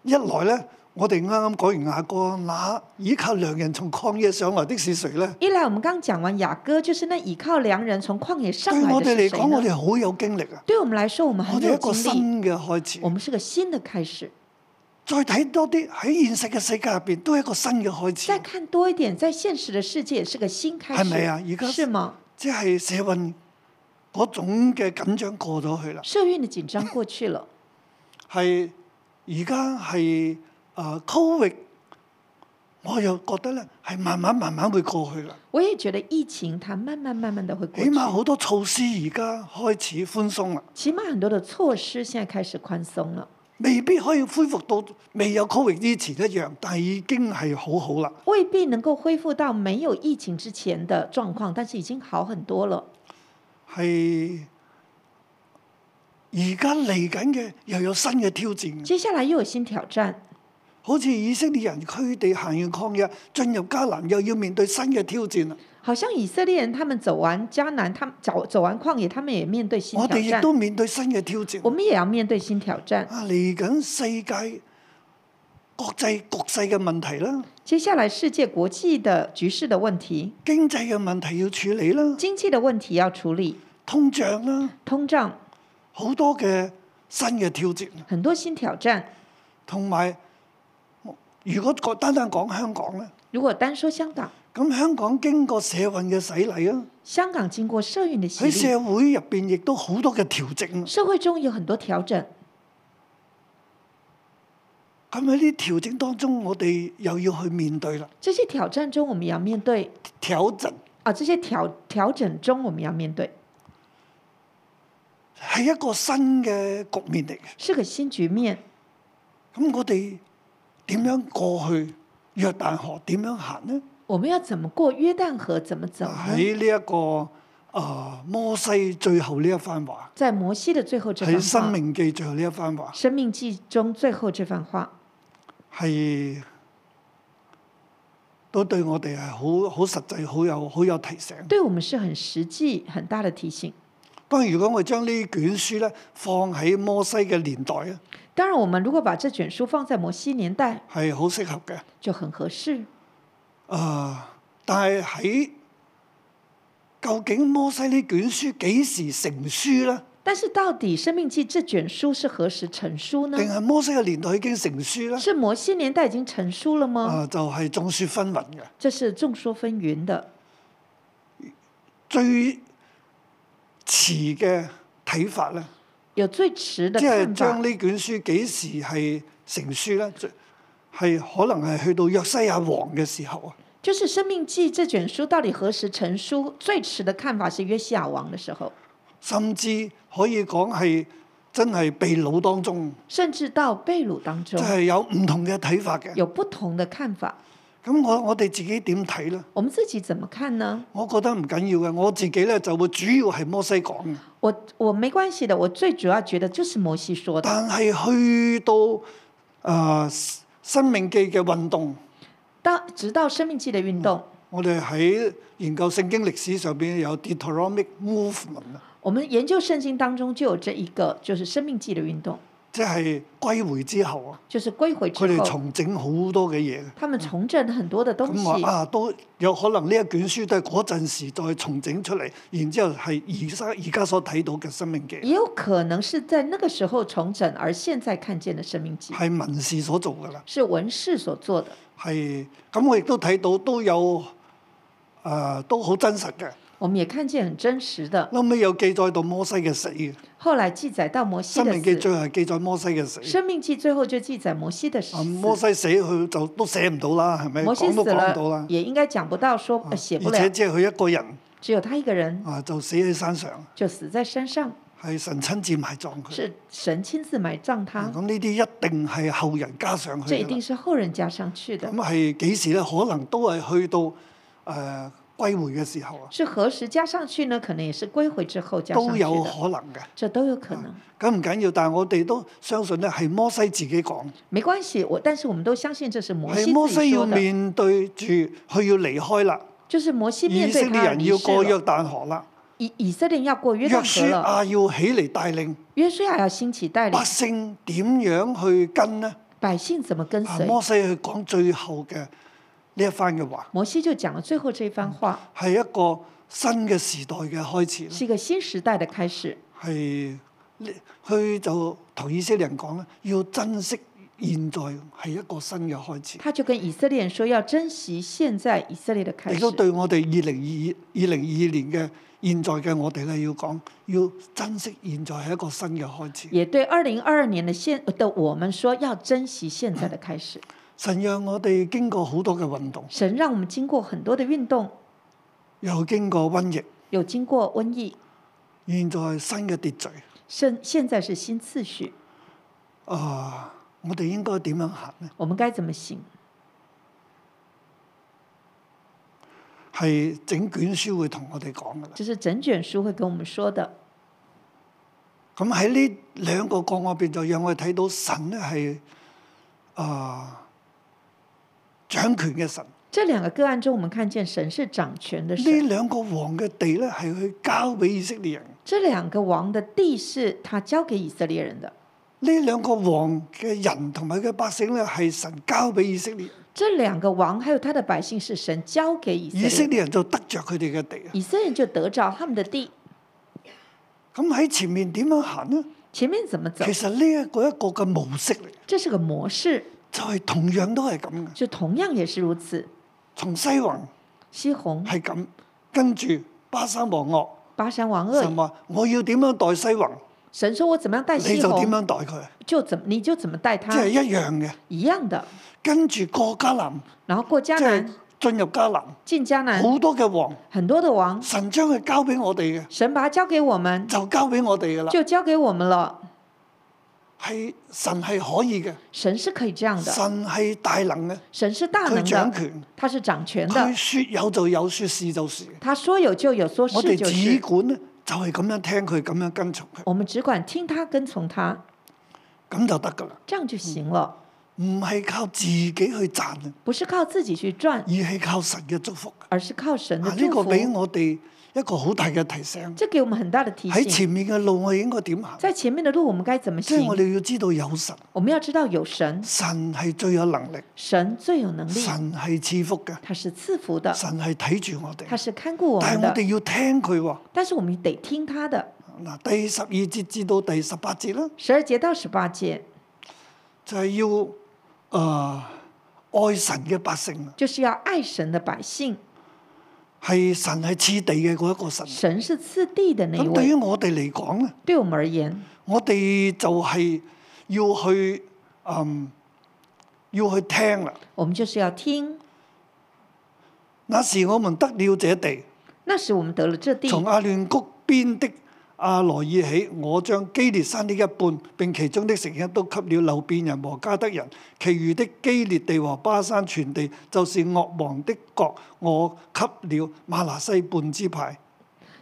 Speaker 2: 一來咧，我哋啱啱講完雅歌，那倚靠良人從曠野上來的是誰咧？
Speaker 3: 一来我们刚讲完雅歌，就是那倚靠良人从旷野上
Speaker 2: 對
Speaker 3: 来
Speaker 2: 我
Speaker 3: 的
Speaker 2: 哋嚟
Speaker 3: 是谁
Speaker 2: 講，我
Speaker 3: 呢？
Speaker 2: 哋好有經歷啊！
Speaker 3: 对我们来说，我们
Speaker 2: 我
Speaker 3: 很
Speaker 2: 哋
Speaker 3: 有
Speaker 2: 一個
Speaker 3: 经历，
Speaker 2: 新嘅開始
Speaker 3: 我。们是个新的开始。
Speaker 2: 再睇多啲喺現實嘅世界入邊，都係一個新嘅開
Speaker 3: 再
Speaker 2: 始，
Speaker 3: 看多一点，在现实的世界也是个新开始，
Speaker 2: 係咪啊而家
Speaker 3: 是吗？
Speaker 2: 即係社運嗰種嘅緊張過咗去啦。
Speaker 3: 社运的紧张过去了，
Speaker 2: 係而家係誒 Covid，我又覺得咧係慢慢慢慢會過去啦。
Speaker 3: 我也觉得疫情它慢慢慢慢的会过
Speaker 2: 起
Speaker 3: 去，
Speaker 2: 碼好多措施而家開始寬鬆啦，
Speaker 3: 起码很多的措施现在開始寬鬆了，
Speaker 2: 未必可以恢復到未有 Covid 之前一樣，但係已經係好好啦。
Speaker 3: 未必能夠恢復到沒有疫情之前的狀況，但是已經好很多了。
Speaker 2: 係而家嚟緊嘅又有新嘅挑戰，
Speaker 3: 接下來又有新挑戰，
Speaker 2: 好似以色列人佢哋行完抗日進入迦南，又要面對新嘅挑戰啦。
Speaker 3: 好像以色列人他們走完迦南，他們走走完旷野，他們也面對新
Speaker 2: 我
Speaker 3: 挑
Speaker 2: 哋亦
Speaker 3: 戰，
Speaker 2: 都面對新嘅挑戰
Speaker 3: 我。們也要面對新挑戰。
Speaker 2: 啊，嚟緊世界國際局勢嘅問題啦，
Speaker 3: 接下來世界國際的局勢的問題，
Speaker 2: 經濟嘅問題要處理啦，
Speaker 3: 經濟的問題要處理，
Speaker 2: 通脹啦，
Speaker 3: 通脹
Speaker 2: 好多嘅新嘅挑戰，
Speaker 3: 很多新挑戰。
Speaker 2: 同埋我如果講單單講香港咧，
Speaker 3: 如果單說香港，
Speaker 2: 咁香港經過社運嘅洗禮啊，
Speaker 3: 香港經過社運的洗
Speaker 2: 喺
Speaker 3: 禮，
Speaker 2: 社會入邊亦都好多嘅調整啊。
Speaker 3: 社會中有很多調整。
Speaker 2: 咁喺啲調整當中，我哋又要去面對啦，
Speaker 3: 这些挑战中，我们也要面對
Speaker 2: 調整
Speaker 3: 啊，这些调调整中，我们要面對
Speaker 2: 係一個新嘅局面嚟嘅。
Speaker 3: 是个新局面。
Speaker 2: 咁我哋點樣過去約旦河點樣行呢？
Speaker 3: 我們要怎麼過約旦河？怎麼走呢？
Speaker 2: 喺呢一個啊、摩西最後呢一番話，
Speaker 3: 在摩西的最後這
Speaker 2: 喺
Speaker 3: 番
Speaker 2: 《生
Speaker 3: 話，《
Speaker 2: 命記》最後呢一番話，
Speaker 3: 生命記》中最後這番話，
Speaker 2: 係都對我哋係好好實際、好有好有提醒。
Speaker 3: 對我們是很實際、很大的提醒。
Speaker 2: 當然，如果我哋將呢卷書咧放喺摩西嘅年代咧，
Speaker 3: 當然，我們如果把這卷書放在摩西年代，
Speaker 2: 係好適合嘅。
Speaker 3: 就很合適。
Speaker 2: 啊、但係喺究竟摩西呢卷書幾時成書咧？
Speaker 3: 但是，到底《生命記》這卷書是何時成書呢
Speaker 2: 定？係摩西嘅年代已經成書咧？
Speaker 3: 是摩西年代已經成書了
Speaker 2: 啊、
Speaker 3: 嗎？
Speaker 2: 就係、眾說紛紜嘅。
Speaker 3: 這是眾說紛紜的。
Speaker 2: 最遲嘅睇法咧，
Speaker 3: 有最遲的
Speaker 2: 即係
Speaker 3: 看
Speaker 2: 將
Speaker 3: 法，
Speaker 2: 呢卷書幾時係成書咧？最係可能係去到約西亞王嘅時候啊，
Speaker 3: 就是《生命記》這卷書到底何時成書？最遲的看法是約西亞王的時候，
Speaker 2: 甚至可以講係真係被擄當中，
Speaker 3: 甚至到被擄當
Speaker 2: 即
Speaker 3: 中
Speaker 2: 係有唔同嘅睇法嘅。
Speaker 3: 有不同的看法。
Speaker 2: 咁我我哋自己點睇咧？
Speaker 3: 我們自己怎麼看呢？
Speaker 2: 我覺得唔緊要嘅，我自己咧就會主要係摩西講嘅，
Speaker 3: 我我沒關係的，我最主要覺得就是摩西說的。
Speaker 2: 但係去到誒、呃生命記嘅運動。
Speaker 3: 到直到《生命記》的運動，
Speaker 2: 我哋喺研究聖經歷史上邊有 Deuteronomic movement 啊，
Speaker 3: 我們研究聖經當中就有這一個，就是《生命記》的運動，
Speaker 2: 即係歸回之後啊，
Speaker 3: 就是歸回之
Speaker 2: 佢哋
Speaker 3: 後，
Speaker 2: 重整好多嘅嘢嘅。
Speaker 3: 他們重整了很多的東
Speaker 2: 咁話
Speaker 3: 西。
Speaker 2: 啊，都有可能呢一卷書都係嗰陣時再重整出嚟，然之後係而家而家所睇到嘅《生命記》，
Speaker 3: 也有可能是在那個時候重整，而現在看見的《生命記》
Speaker 2: 係文士所做㗎啦。
Speaker 3: 是文士所做的。
Speaker 2: 係咁，我亦都睇到都有誒、呃都好真實嘅。
Speaker 3: 我們也看見很真實的，
Speaker 2: 後尾有記載到摩西嘅死嘅，《
Speaker 3: 後來記載到摩西
Speaker 2: 生
Speaker 3: 的
Speaker 2: 命記》
Speaker 3: 死，
Speaker 2: 最後係記載摩西嘅死。
Speaker 3: 生命記最後就記載摩西的死
Speaker 2: 啊，。摩西死佢就都寫唔到啦，係咪？
Speaker 3: 摩西
Speaker 2: 講都
Speaker 3: 死
Speaker 2: 講唔到啦
Speaker 3: 了，。也應該講不到說，
Speaker 2: 啊
Speaker 3: 呃寫不
Speaker 2: 而且
Speaker 3: 了，
Speaker 2: 只係佢一個人
Speaker 3: 只有他一個人
Speaker 2: 啊，就死喺山上，
Speaker 3: 就死在山上，
Speaker 2: 係神親自埋葬佢。
Speaker 3: 是神親自埋葬
Speaker 2: 啊
Speaker 3: 他，
Speaker 2: 咁呢啲一定係後人加上去
Speaker 3: 這一
Speaker 2: 㗎
Speaker 3: 定
Speaker 2: 啦。
Speaker 3: 是後人加上去的
Speaker 2: 咁。係幾時咧？可能都係去到誒呃歸回嘅時候啊，
Speaker 3: 是何时加上去呢？可能也是归回之后加上
Speaker 2: 都
Speaker 3: 去
Speaker 2: 有
Speaker 3: 的，
Speaker 2: 可能啊嘅。
Speaker 3: 这都有可能。
Speaker 2: 咁唔緊要，但係我哋都相信咧，係摩西自己講，
Speaker 3: 没关系，我但是我们都相信这是摩
Speaker 2: 係
Speaker 3: 西
Speaker 2: 哎摩
Speaker 3: 自己
Speaker 2: 西要
Speaker 3: 说的，
Speaker 2: 面對住佢要離開啦，
Speaker 3: 就是摩西面
Speaker 2: 以色
Speaker 3: 对
Speaker 2: 列
Speaker 3: 他而
Speaker 2: 人
Speaker 3: 离
Speaker 2: 要
Speaker 3: 世
Speaker 2: 過
Speaker 3: 了
Speaker 2: 約旦河啦，
Speaker 3: 以以色列人要過約
Speaker 2: 約
Speaker 3: 旦河
Speaker 2: 書
Speaker 3: 了，
Speaker 2: 亞要起嚟帶領
Speaker 3: 约书亚要兴起带领
Speaker 2: 百姓點樣去跟呢？
Speaker 3: 百姓怎么跟
Speaker 2: 啊
Speaker 3: 随？
Speaker 2: 摩西去講最後嘅呢一番嘅話，
Speaker 3: 摩西就講了最後这番話，
Speaker 2: 係一個新嘅時代嘅開始啦。
Speaker 3: 是一個新時代的開始。
Speaker 2: 係呢佢就同以色列人講咧，要珍惜現在係一個新嘅開始，
Speaker 3: 他就跟以色列人說，要珍惜現在以色列的開
Speaker 2: 亦都
Speaker 3: 始，
Speaker 2: 對我哋二零二二零二年嘅現在嘅我哋咧，要講要珍惜現在係一個新嘅開始。
Speaker 3: 也對二零二二年的現的我們說，要珍惜現在的開始。
Speaker 2: 神讓我哋經過好多嘅運動，
Speaker 3: 神讓我們經過很多的運動，
Speaker 2: 又經過瘟疫，
Speaker 3: 有經過瘟疫，
Speaker 2: 現在新嘅秩序，
Speaker 3: 現現在是新次序，
Speaker 2: 啊、我哋應該點樣行呢？
Speaker 3: 我們該怎麼行？
Speaker 2: 係整卷書會同我哋講㗎啦。
Speaker 3: 這是整卷書會跟我們說的。
Speaker 2: 咁喺呢兩個個案入邊，就讓我哋睇到神咧係啊掌權嘅神。
Speaker 3: 這兩個個案中，我們看見神是掌權的神
Speaker 2: 呢。兩個王嘅地咧係去交俾以色列人。
Speaker 3: 这两个王的地是他交给以色列人的，
Speaker 2: 呢兩個王嘅人同埋佢嘅百姓咧係神交俾以色列人，
Speaker 3: 这两个王还有他的百姓是神交给以色列
Speaker 2: 以
Speaker 3: 人，
Speaker 2: 色列人就得着佢哋嘅地。啊
Speaker 3: 以色列人就得着他们的地。
Speaker 2: 咁喺前面點樣行呢？
Speaker 3: 前面怎么走
Speaker 2: 其？實呢一個一個嘅模式嚟，
Speaker 3: 这是个模式，
Speaker 2: 就係、同樣都係咁嘅。
Speaker 3: 就同样也是如此。
Speaker 2: 從西宏
Speaker 3: 西宏
Speaker 2: 係咁，跟住巴山王惡
Speaker 3: 巴山王
Speaker 2: 神
Speaker 3: 恶，
Speaker 2: 話：我要點樣待西宏，
Speaker 3: 神说我怎么样待
Speaker 2: 你
Speaker 3: 西
Speaker 2: 就點
Speaker 3: 宏，
Speaker 2: 樣待佢。
Speaker 3: 就怎么你就怎么待
Speaker 2: 即係
Speaker 3: 他，
Speaker 2: 一樣嘅。
Speaker 3: 一样的。
Speaker 2: 跟住過迦南，
Speaker 3: 然后过
Speaker 2: 即
Speaker 3: 迦
Speaker 2: 係
Speaker 3: 南，嗯
Speaker 2: 進入迦南，
Speaker 3: 进迦南，
Speaker 2: 好多嘅王，
Speaker 3: 很多的王，
Speaker 2: 神將佢交俾我哋嘅，
Speaker 3: 神把它交给我们，
Speaker 2: 就交俾我哋噶啦。
Speaker 3: 就交给我们了。
Speaker 2: 係神係可以嘅，
Speaker 3: 神是可以这样的，
Speaker 2: 神係大能嘅，
Speaker 3: 神是大
Speaker 2: 佢
Speaker 3: 能
Speaker 2: 掌
Speaker 3: 的，
Speaker 2: 權，
Speaker 3: 他是掌權的
Speaker 2: 佢。說有就有，說是就是。
Speaker 3: 他说有就有，说
Speaker 2: 我
Speaker 3: 是
Speaker 2: 哋
Speaker 3: 就
Speaker 2: 只
Speaker 3: 是。
Speaker 2: 管咧就係咁樣聽佢，咁樣跟從佢，
Speaker 3: 我们只管听他跟从他，
Speaker 2: 咁就得噶啦。
Speaker 3: 这样就
Speaker 2: 嗯
Speaker 3: 行了，
Speaker 2: 唔係靠自己去賺啊，
Speaker 3: 不是靠自己去赚
Speaker 2: 而，係靠神嘅祝福。
Speaker 3: 而是靠神的
Speaker 2: 啊，呢
Speaker 3: 祝
Speaker 2: 個俾
Speaker 3: 福。
Speaker 2: 我哋一個好大嘅提醒。
Speaker 3: 这给我们很大的提
Speaker 2: 喺
Speaker 3: 醒，
Speaker 2: 前面嘅路，我哋應該點行？
Speaker 3: 在前面的路我们该怎么
Speaker 2: 即係我
Speaker 3: 行？
Speaker 2: 哋要知道有神。
Speaker 3: 我们要知道有神，
Speaker 2: 神係最有能力，
Speaker 3: 神最有能力，
Speaker 2: 神係賜福嘅，
Speaker 3: 他是赐福的，
Speaker 2: 神係睇住我
Speaker 3: 啊他
Speaker 2: 哋。
Speaker 3: 是看顾我
Speaker 2: 但
Speaker 3: 们
Speaker 2: 係我
Speaker 3: 的。
Speaker 2: 哋要聽佢喎。
Speaker 3: 但是我们得听他的。
Speaker 2: 嗱，第十二節至到第十八節啦，
Speaker 3: 十二节到十八节，
Speaker 2: 就係要誒、呃、愛神嘅百姓啦，
Speaker 3: 就是要爱神的百姓，
Speaker 2: 係神係賜地嘅嗰一個神。
Speaker 3: 神是次第的那一
Speaker 2: 咁對於
Speaker 3: 位。
Speaker 2: 我哋嚟講咧，
Speaker 3: 对我们而言，
Speaker 2: 我哋就係要去嗯要去聽啦。
Speaker 3: 我们就是要听。
Speaker 2: 那時我們得了這地，
Speaker 3: 那时我们得了这地，
Speaker 2: 從阿亂谷邊的阿羅爾起，我將基列山的一半並其中的城邑都給了流便人和加德人，其餘的基列地和巴山全地，就是惡王的國，我給了馬拿西半支派。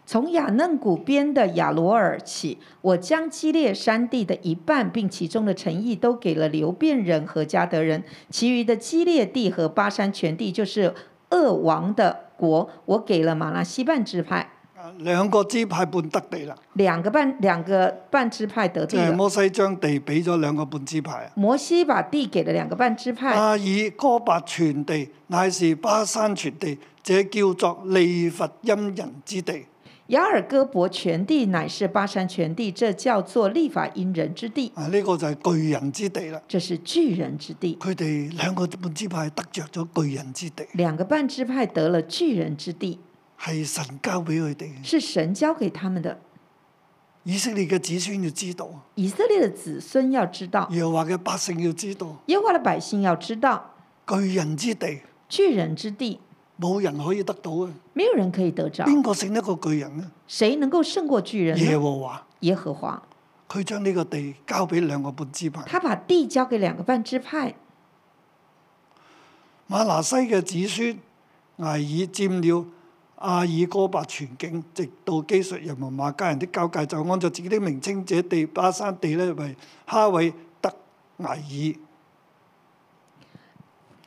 Speaker 3: 从雅嫩谷边的亚罗尔起，我将基列山地的一半，并其中的城邑都给了流变人和加德人，其余的基列地和巴山全地，就是恶王的国，我给了马拉西半支派。
Speaker 2: 啊兩個支派半得地啦，
Speaker 3: 两个半两个半支派得
Speaker 2: 即
Speaker 3: 地
Speaker 2: 係
Speaker 3: 了。
Speaker 2: 摩西將地俾咗兩個半支派啊。
Speaker 3: 摩西把地给了兩個半支派，
Speaker 2: 阿爾哥伯全地乃是巴山全地，這叫做利弗因人之地。
Speaker 3: 雅尔戈伯全地乃是巴山全地，这叫做利法因人之地，
Speaker 2: 啊，呢、個就係巨人之地啦。
Speaker 3: 这是巨人之地。
Speaker 2: 佢哋兩個半支派得着咗巨人之地，
Speaker 3: 两个半支派得了巨人之地，
Speaker 2: 係神交俾佢哋嘅。
Speaker 3: 是神交给他们的。
Speaker 2: 以色列嘅子孫要知道，
Speaker 3: 以色列的子孙要知道，
Speaker 2: 耶和華嘅百姓要知道，
Speaker 3: 耶和华的百姓要知道，
Speaker 2: 巨人之地
Speaker 3: 巨人之地
Speaker 2: 冇人可以得到嘅。
Speaker 3: 没有人可以得着。
Speaker 2: 邊個勝得過巨人呢？
Speaker 3: 谁能够胜过巨人
Speaker 2: 耶
Speaker 3: 呢？
Speaker 2: 和華，
Speaker 3: 耶和华，
Speaker 2: 佢將呢個地交俾兩個半支派。
Speaker 3: 他把地交给两个半支派，
Speaker 2: 馬拿西嘅子孫艾爾佔了阿爾哥伯全境，直到基述人和馬家人的交界，就按照自己的名稱，這地巴山地呢為哈維德艾爾。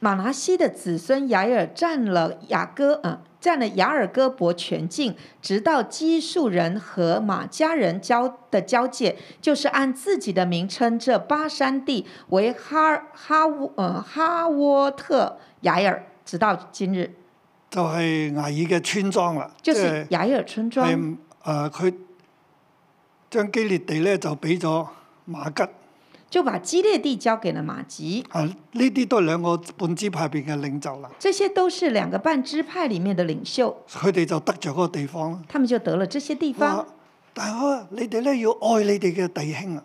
Speaker 3: 马拿西的子孙雅尔占了雅哥啊、呃占了雅尔哥伯全境，直到基述人和马家人交的交界，就是按自己的名称这巴山地为哈尔哈沃呃哈沃特雅尔，直到今日
Speaker 2: 就係艾爾嘅村莊啦，即
Speaker 3: 就是
Speaker 2: 係
Speaker 3: 雅爾村庄。
Speaker 2: 係誒佢將基列地咧就俾咗馬吉
Speaker 3: 就把基列地交給了马吉。
Speaker 2: 啊，呢啲都係兩個半支派別嘅領袖啦，
Speaker 3: 这些都是两个半支派里面的領袖，
Speaker 2: 佢哋就得着嗰個地方啦。
Speaker 3: 他们就得了这些地
Speaker 2: 哇
Speaker 3: 方，！
Speaker 2: 但係啊，你哋咧要愛你哋嘅弟兄啊，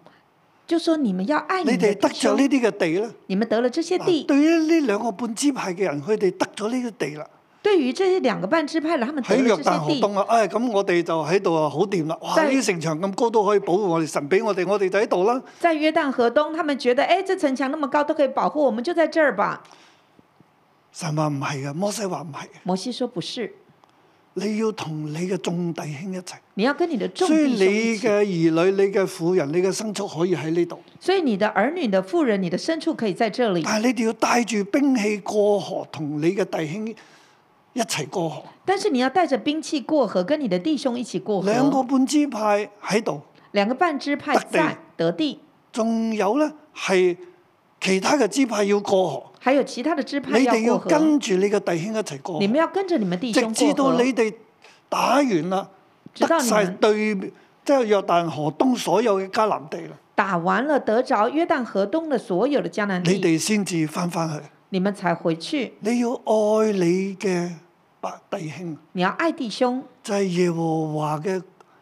Speaker 3: 就說你們要愛
Speaker 2: 你
Speaker 3: 你
Speaker 2: 哋
Speaker 3: 的
Speaker 2: 得
Speaker 3: 弟
Speaker 2: 着
Speaker 3: 兄
Speaker 2: 呢，啲嘅地咧。
Speaker 3: 哎你們得了這些
Speaker 2: 嗱
Speaker 3: 地。
Speaker 2: 對於呢兩個半支派嘅人，佢哋得咗呢個地啦，
Speaker 3: 對於這些兩個半支派的，他們得
Speaker 2: 喺約
Speaker 3: 了這
Speaker 2: 旦河
Speaker 3: 些地，
Speaker 2: 東啊，唉、咁我哋就喺度啊，好掂啦！哇，
Speaker 3: 真
Speaker 2: 呢
Speaker 3: 係
Speaker 2: 啲城牆咁高都可以保護我哋，神俾我哋，我哋就喺度啦。
Speaker 3: 在約旦河東，他們覺得，哎，這城牆那麼高，都可以保護我們，就在這兒吧。
Speaker 2: 神話唔係嘅，摩西話唔係嘅，
Speaker 3: 摩西說不是，
Speaker 2: 你要同你嘅眾弟兄一齊，
Speaker 3: 你要跟你的眾
Speaker 2: 所以
Speaker 3: 弟兄
Speaker 2: 你
Speaker 3: 一起，
Speaker 2: 嘅兒女、你嘅婦人、你嘅牲畜可以喺呢度，
Speaker 3: 所以你的兒女、你的婦人、你的牲畜可以在這裡，
Speaker 2: 但係你哋要帶住兵器過河，同你嘅弟兄一齊過河。
Speaker 3: 但是你要帶着兵器過河，跟你的弟兄一起過
Speaker 2: 兩個
Speaker 3: 河。
Speaker 2: 半支派喺度，
Speaker 3: 兩個半支派
Speaker 2: 得地
Speaker 3: 在得地，
Speaker 2: 仲有咧係其他嘅支派要過河。
Speaker 3: 還有其他的支
Speaker 2: 你
Speaker 3: 派
Speaker 2: 哋要
Speaker 3: 要過河。
Speaker 2: 跟住你嘅弟兄一齊過
Speaker 3: 你
Speaker 2: 河，
Speaker 3: 们要跟着你们弟
Speaker 2: 直
Speaker 3: 兄
Speaker 2: 至
Speaker 3: 过
Speaker 2: 到
Speaker 3: 河，
Speaker 2: 你哋打完啦，
Speaker 3: 直到
Speaker 2: 得
Speaker 3: 你
Speaker 2: 晒
Speaker 3: 们
Speaker 2: 對即係約旦河東所有嘅迦南地啦，
Speaker 3: 打完了得着约旦河东的所有的迦南
Speaker 2: 你
Speaker 3: 地，
Speaker 2: 哋先至翻返去。
Speaker 3: 你们才回去。
Speaker 2: 你要愛你嘅白弟兄，
Speaker 3: 你要爱弟兄，
Speaker 2: 就係、耶和華嘅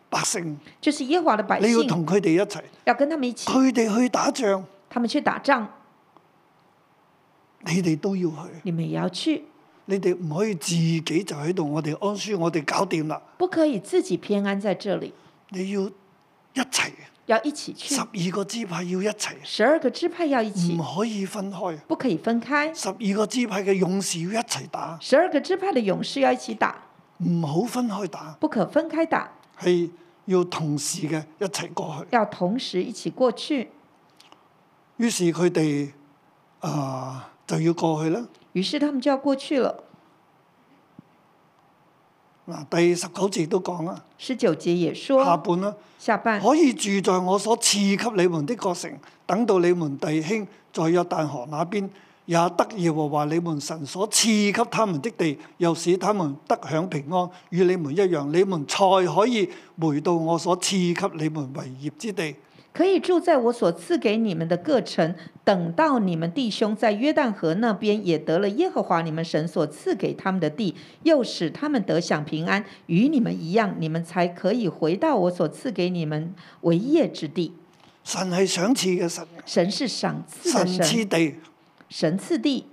Speaker 2: 百姓，
Speaker 3: 就是耶和华的百
Speaker 2: 你要
Speaker 3: 姓，
Speaker 2: 同佢哋一齊，
Speaker 3: 要跟他们一起，
Speaker 2: 佢哋去打仗，
Speaker 3: 他们去打仗，
Speaker 2: 你哋都要去。
Speaker 3: 你们也要去，
Speaker 2: 你哋唔可以自己就喺度，我哋安舒，我哋搞掂啦。
Speaker 3: 不可以自己偏安在这里，
Speaker 2: 你要一齊，
Speaker 3: 要一起去
Speaker 2: 十。二個支派要一齊，
Speaker 3: 十二个支派要一起
Speaker 2: 唔，可以分開。
Speaker 3: 不可以分开。
Speaker 2: 十二個支派嘅勇士要一齊打，
Speaker 3: 十二个支派的勇士要一起打，
Speaker 2: 唔好分開打，
Speaker 3: 不可分开打，
Speaker 2: 係要同時嘅一齊過去。
Speaker 3: 要同时一起过去。
Speaker 2: 於是佢哋啊就要過去啦。
Speaker 3: 于是他们就要过去了。
Speaker 2: 嗱，第十九節都講啦，
Speaker 3: 十九节也
Speaker 2: 下
Speaker 3: 说，
Speaker 2: 半啦，
Speaker 3: 下半
Speaker 2: 可以住在我所賜給你們的各城，等到你們弟兄在約旦河那邊，也得耶和華你們神所賜給他們的地，又使他們得享平安，與你們一樣，你們才可以回到我所賜給你們為業之地。
Speaker 3: 可以住在我所赐给你们的各城，等到你们弟兄在约旦河那边也得了耶和华你们神所赐给他们的地，又使他们得享平安，与你们一样，你们才可以回到我所赐给你们为业之地。
Speaker 2: 神係賞賜嘅神，
Speaker 3: 神是赏赐
Speaker 2: 神
Speaker 3: 的神，
Speaker 2: 賜地，
Speaker 3: 神赐地，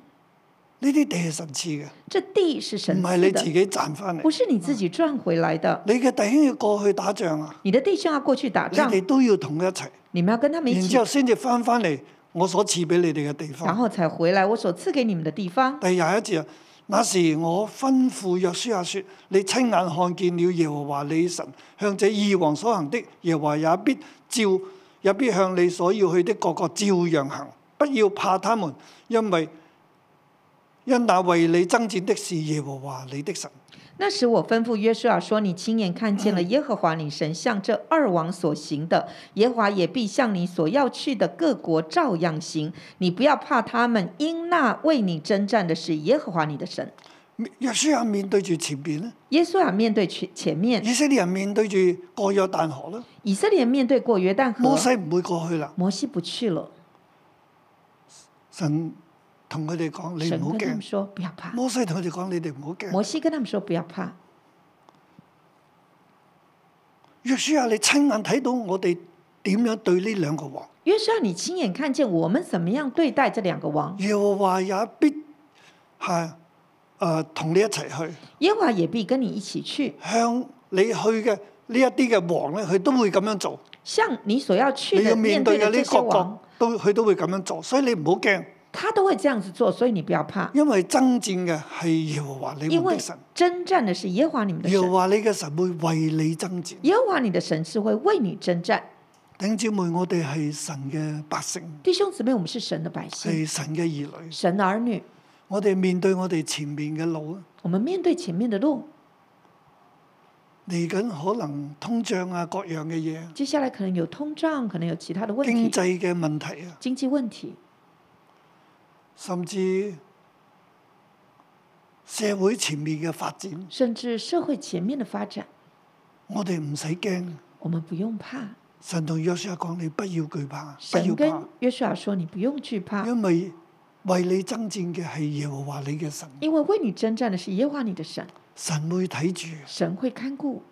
Speaker 2: 呢啲地係神賜
Speaker 3: 这地是
Speaker 2: 嘅，唔
Speaker 3: 神
Speaker 2: 係
Speaker 3: 赐
Speaker 2: 你自
Speaker 3: 的，
Speaker 2: 己賺翻
Speaker 3: 不
Speaker 2: 嚟。
Speaker 3: 是你自己赚回来的。
Speaker 2: 你嘅弟兄要過去打仗啊，
Speaker 3: 你的弟兄要过去打
Speaker 2: 你
Speaker 3: 仗，
Speaker 2: 哋都要同佢一齊，
Speaker 3: 你们要跟他们一
Speaker 2: 然
Speaker 3: 起
Speaker 2: 之後，先至翻翻嚟我所賜俾你哋嘅地
Speaker 3: 然
Speaker 2: 方。
Speaker 3: 后才回来我所赐给你们的地方。
Speaker 2: 第廿一節啊，那時我吩咐約書亞說：你親眼看見了耶和華你神向這二王所行的，耶和華也必照，也必向你所要去的各國照樣行，不要怕他們，因為因那為你爭戰的是耶和華你的神。
Speaker 3: 那时我吩咐约书亚说：“你亲眼看见了
Speaker 2: 嗯
Speaker 3: 耶和华你神向这二王所行的，耶和华也必向你所要去的各国照样行。你不要怕他们，因那为你征战的是耶和华你的神。
Speaker 2: 約書亞面對住前面咧，”
Speaker 3: 耶稣亚面对前前面，
Speaker 2: 以色列人面對住過約旦河啦，
Speaker 3: 以色列面对过约旦河
Speaker 2: 摩，西唔會過去啦。
Speaker 3: 摩西不去了。
Speaker 2: 神同佢哋講：你
Speaker 3: 神
Speaker 2: 唔好
Speaker 3: 跟他们
Speaker 2: 驚。
Speaker 3: 说：“不要怕。
Speaker 2: 摩西同佢哋講：你哋唔好”驚。
Speaker 3: 摩西跟他们说：“不要怕。
Speaker 2: 約書亞，你親眼睇到我哋點樣對呢兩個王，”
Speaker 3: 约书亚，你亲眼看见我们怎么样对待这两个王，
Speaker 2: 耶和華也必係誒同你一齊去，
Speaker 3: 耶和华也必跟你一起去，
Speaker 2: 向你去嘅呢一啲嘅王咧，佢都會咁樣做。
Speaker 3: 像你所要去
Speaker 2: 你
Speaker 3: 的
Speaker 2: 要
Speaker 3: 面
Speaker 2: 面
Speaker 3: 对
Speaker 2: 對
Speaker 3: 的
Speaker 2: 嘅
Speaker 3: 这
Speaker 2: 呢
Speaker 3: 些
Speaker 2: 各
Speaker 3: 王
Speaker 2: 國。都佢都會咁樣做，所以你唔好驚。
Speaker 3: 他都会这样子做，所以你不要怕，
Speaker 2: 因為爭戰嘅係耶和華你
Speaker 3: 因
Speaker 2: 們
Speaker 3: 为
Speaker 2: 的神，
Speaker 3: 征战的是耶和华你们的
Speaker 2: 耶和
Speaker 3: 神，
Speaker 2: 華你嘅神會為你爭戰。
Speaker 3: 耶和华你的神是会为你征战。
Speaker 2: 弟兄姊妹，我哋係神嘅百姓，
Speaker 3: 弟兄姊妹，我们是神的百姓，
Speaker 2: 係神嘅兒女。
Speaker 3: 神的儿女，
Speaker 2: 我哋面對我哋前面嘅路啊，
Speaker 3: 我们面对前面的路，
Speaker 2: 嚟緊可能通脹啊，各樣嘅嘢啊，
Speaker 3: 接下来可能有通胀，可能有其他的问
Speaker 2: 經
Speaker 3: 题，
Speaker 2: 濟嘅問題啊，
Speaker 3: 经济问题，
Speaker 2: 甚至社會前面嘅發展，
Speaker 3: 甚至社会前面的发展，
Speaker 2: 我哋唔使驚。
Speaker 3: 我们不用怕。
Speaker 2: 神同約書亞講：你不要懼怕，不
Speaker 3: 神
Speaker 2: 要
Speaker 3: 跟
Speaker 2: 怕，
Speaker 3: 约书亚说：“你不用惧怕，
Speaker 2: 因為為你爭戰嘅係耶和華你嘅神，
Speaker 3: 因为为你征战的是耶和华你的神，
Speaker 2: 神會睇住。
Speaker 3: 神会看顾。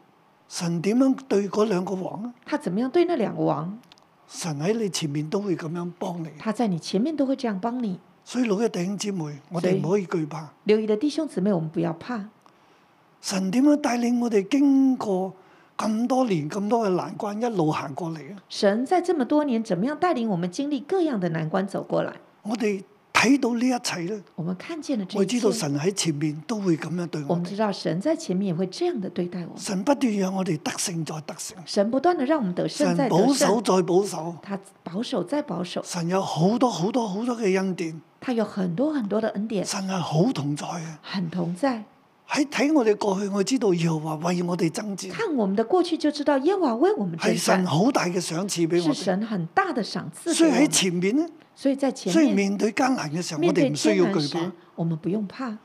Speaker 2: 神點樣對嗰兩個王啊？
Speaker 3: 他怎么样对那两个王，
Speaker 2: 神喺你前面都會咁樣幫你。
Speaker 3: 他在你前面都会这样帮你。
Speaker 2: 所以老一弟兄姊妹，我哋唔可以懼怕。
Speaker 3: 留意的弟兄姊妹，我们不要怕。
Speaker 2: 神點樣帶領我哋經過咁多年咁多嘅難關，一路行過嚟啊！
Speaker 3: 神在这么多年怎么样带领我们经历各样的难关走过来，
Speaker 2: 我哋睇到呢一切咧，
Speaker 3: 我们看见了这
Speaker 2: 我
Speaker 3: 一
Speaker 2: 知道
Speaker 3: 切。
Speaker 2: 神喺前面都會咁樣對
Speaker 3: 我
Speaker 2: 我
Speaker 3: 们知
Speaker 2: 哋。
Speaker 3: 道神在前面也会这样的对待我们，
Speaker 2: 神不斷讓我哋得勝再得勝，
Speaker 3: 神不断的让我们得胜再
Speaker 2: 神
Speaker 3: 得
Speaker 2: 保守
Speaker 3: 胜，
Speaker 2: 再保守，
Speaker 3: 他保守再保守，
Speaker 2: 神有好多好多好多嘅恩典，
Speaker 3: 他有很多很多的恩典，
Speaker 2: 神係好同在嘅。
Speaker 3: 很同在。
Speaker 2: 喺睇我哋過去，我知道耶和華為我哋爭戰，
Speaker 3: 看我们的过去就知道耶和华为我们征
Speaker 2: 係神
Speaker 3: 战，
Speaker 2: 好大嘅賞賜俾我
Speaker 3: 是
Speaker 2: 哋。
Speaker 3: 神很大的赏赐给
Speaker 2: 所以
Speaker 3: 我
Speaker 2: 喺
Speaker 3: 们。
Speaker 2: 前面咧，
Speaker 3: 所以在前
Speaker 2: 雖然
Speaker 3: 面
Speaker 2: 面對艱難嘅時候，我
Speaker 3: 面
Speaker 2: 哋
Speaker 3: 对
Speaker 2: 唔需
Speaker 3: 艰
Speaker 2: 要
Speaker 3: 难
Speaker 2: 懼
Speaker 3: 时
Speaker 2: 怕，，
Speaker 3: 我们不用怕，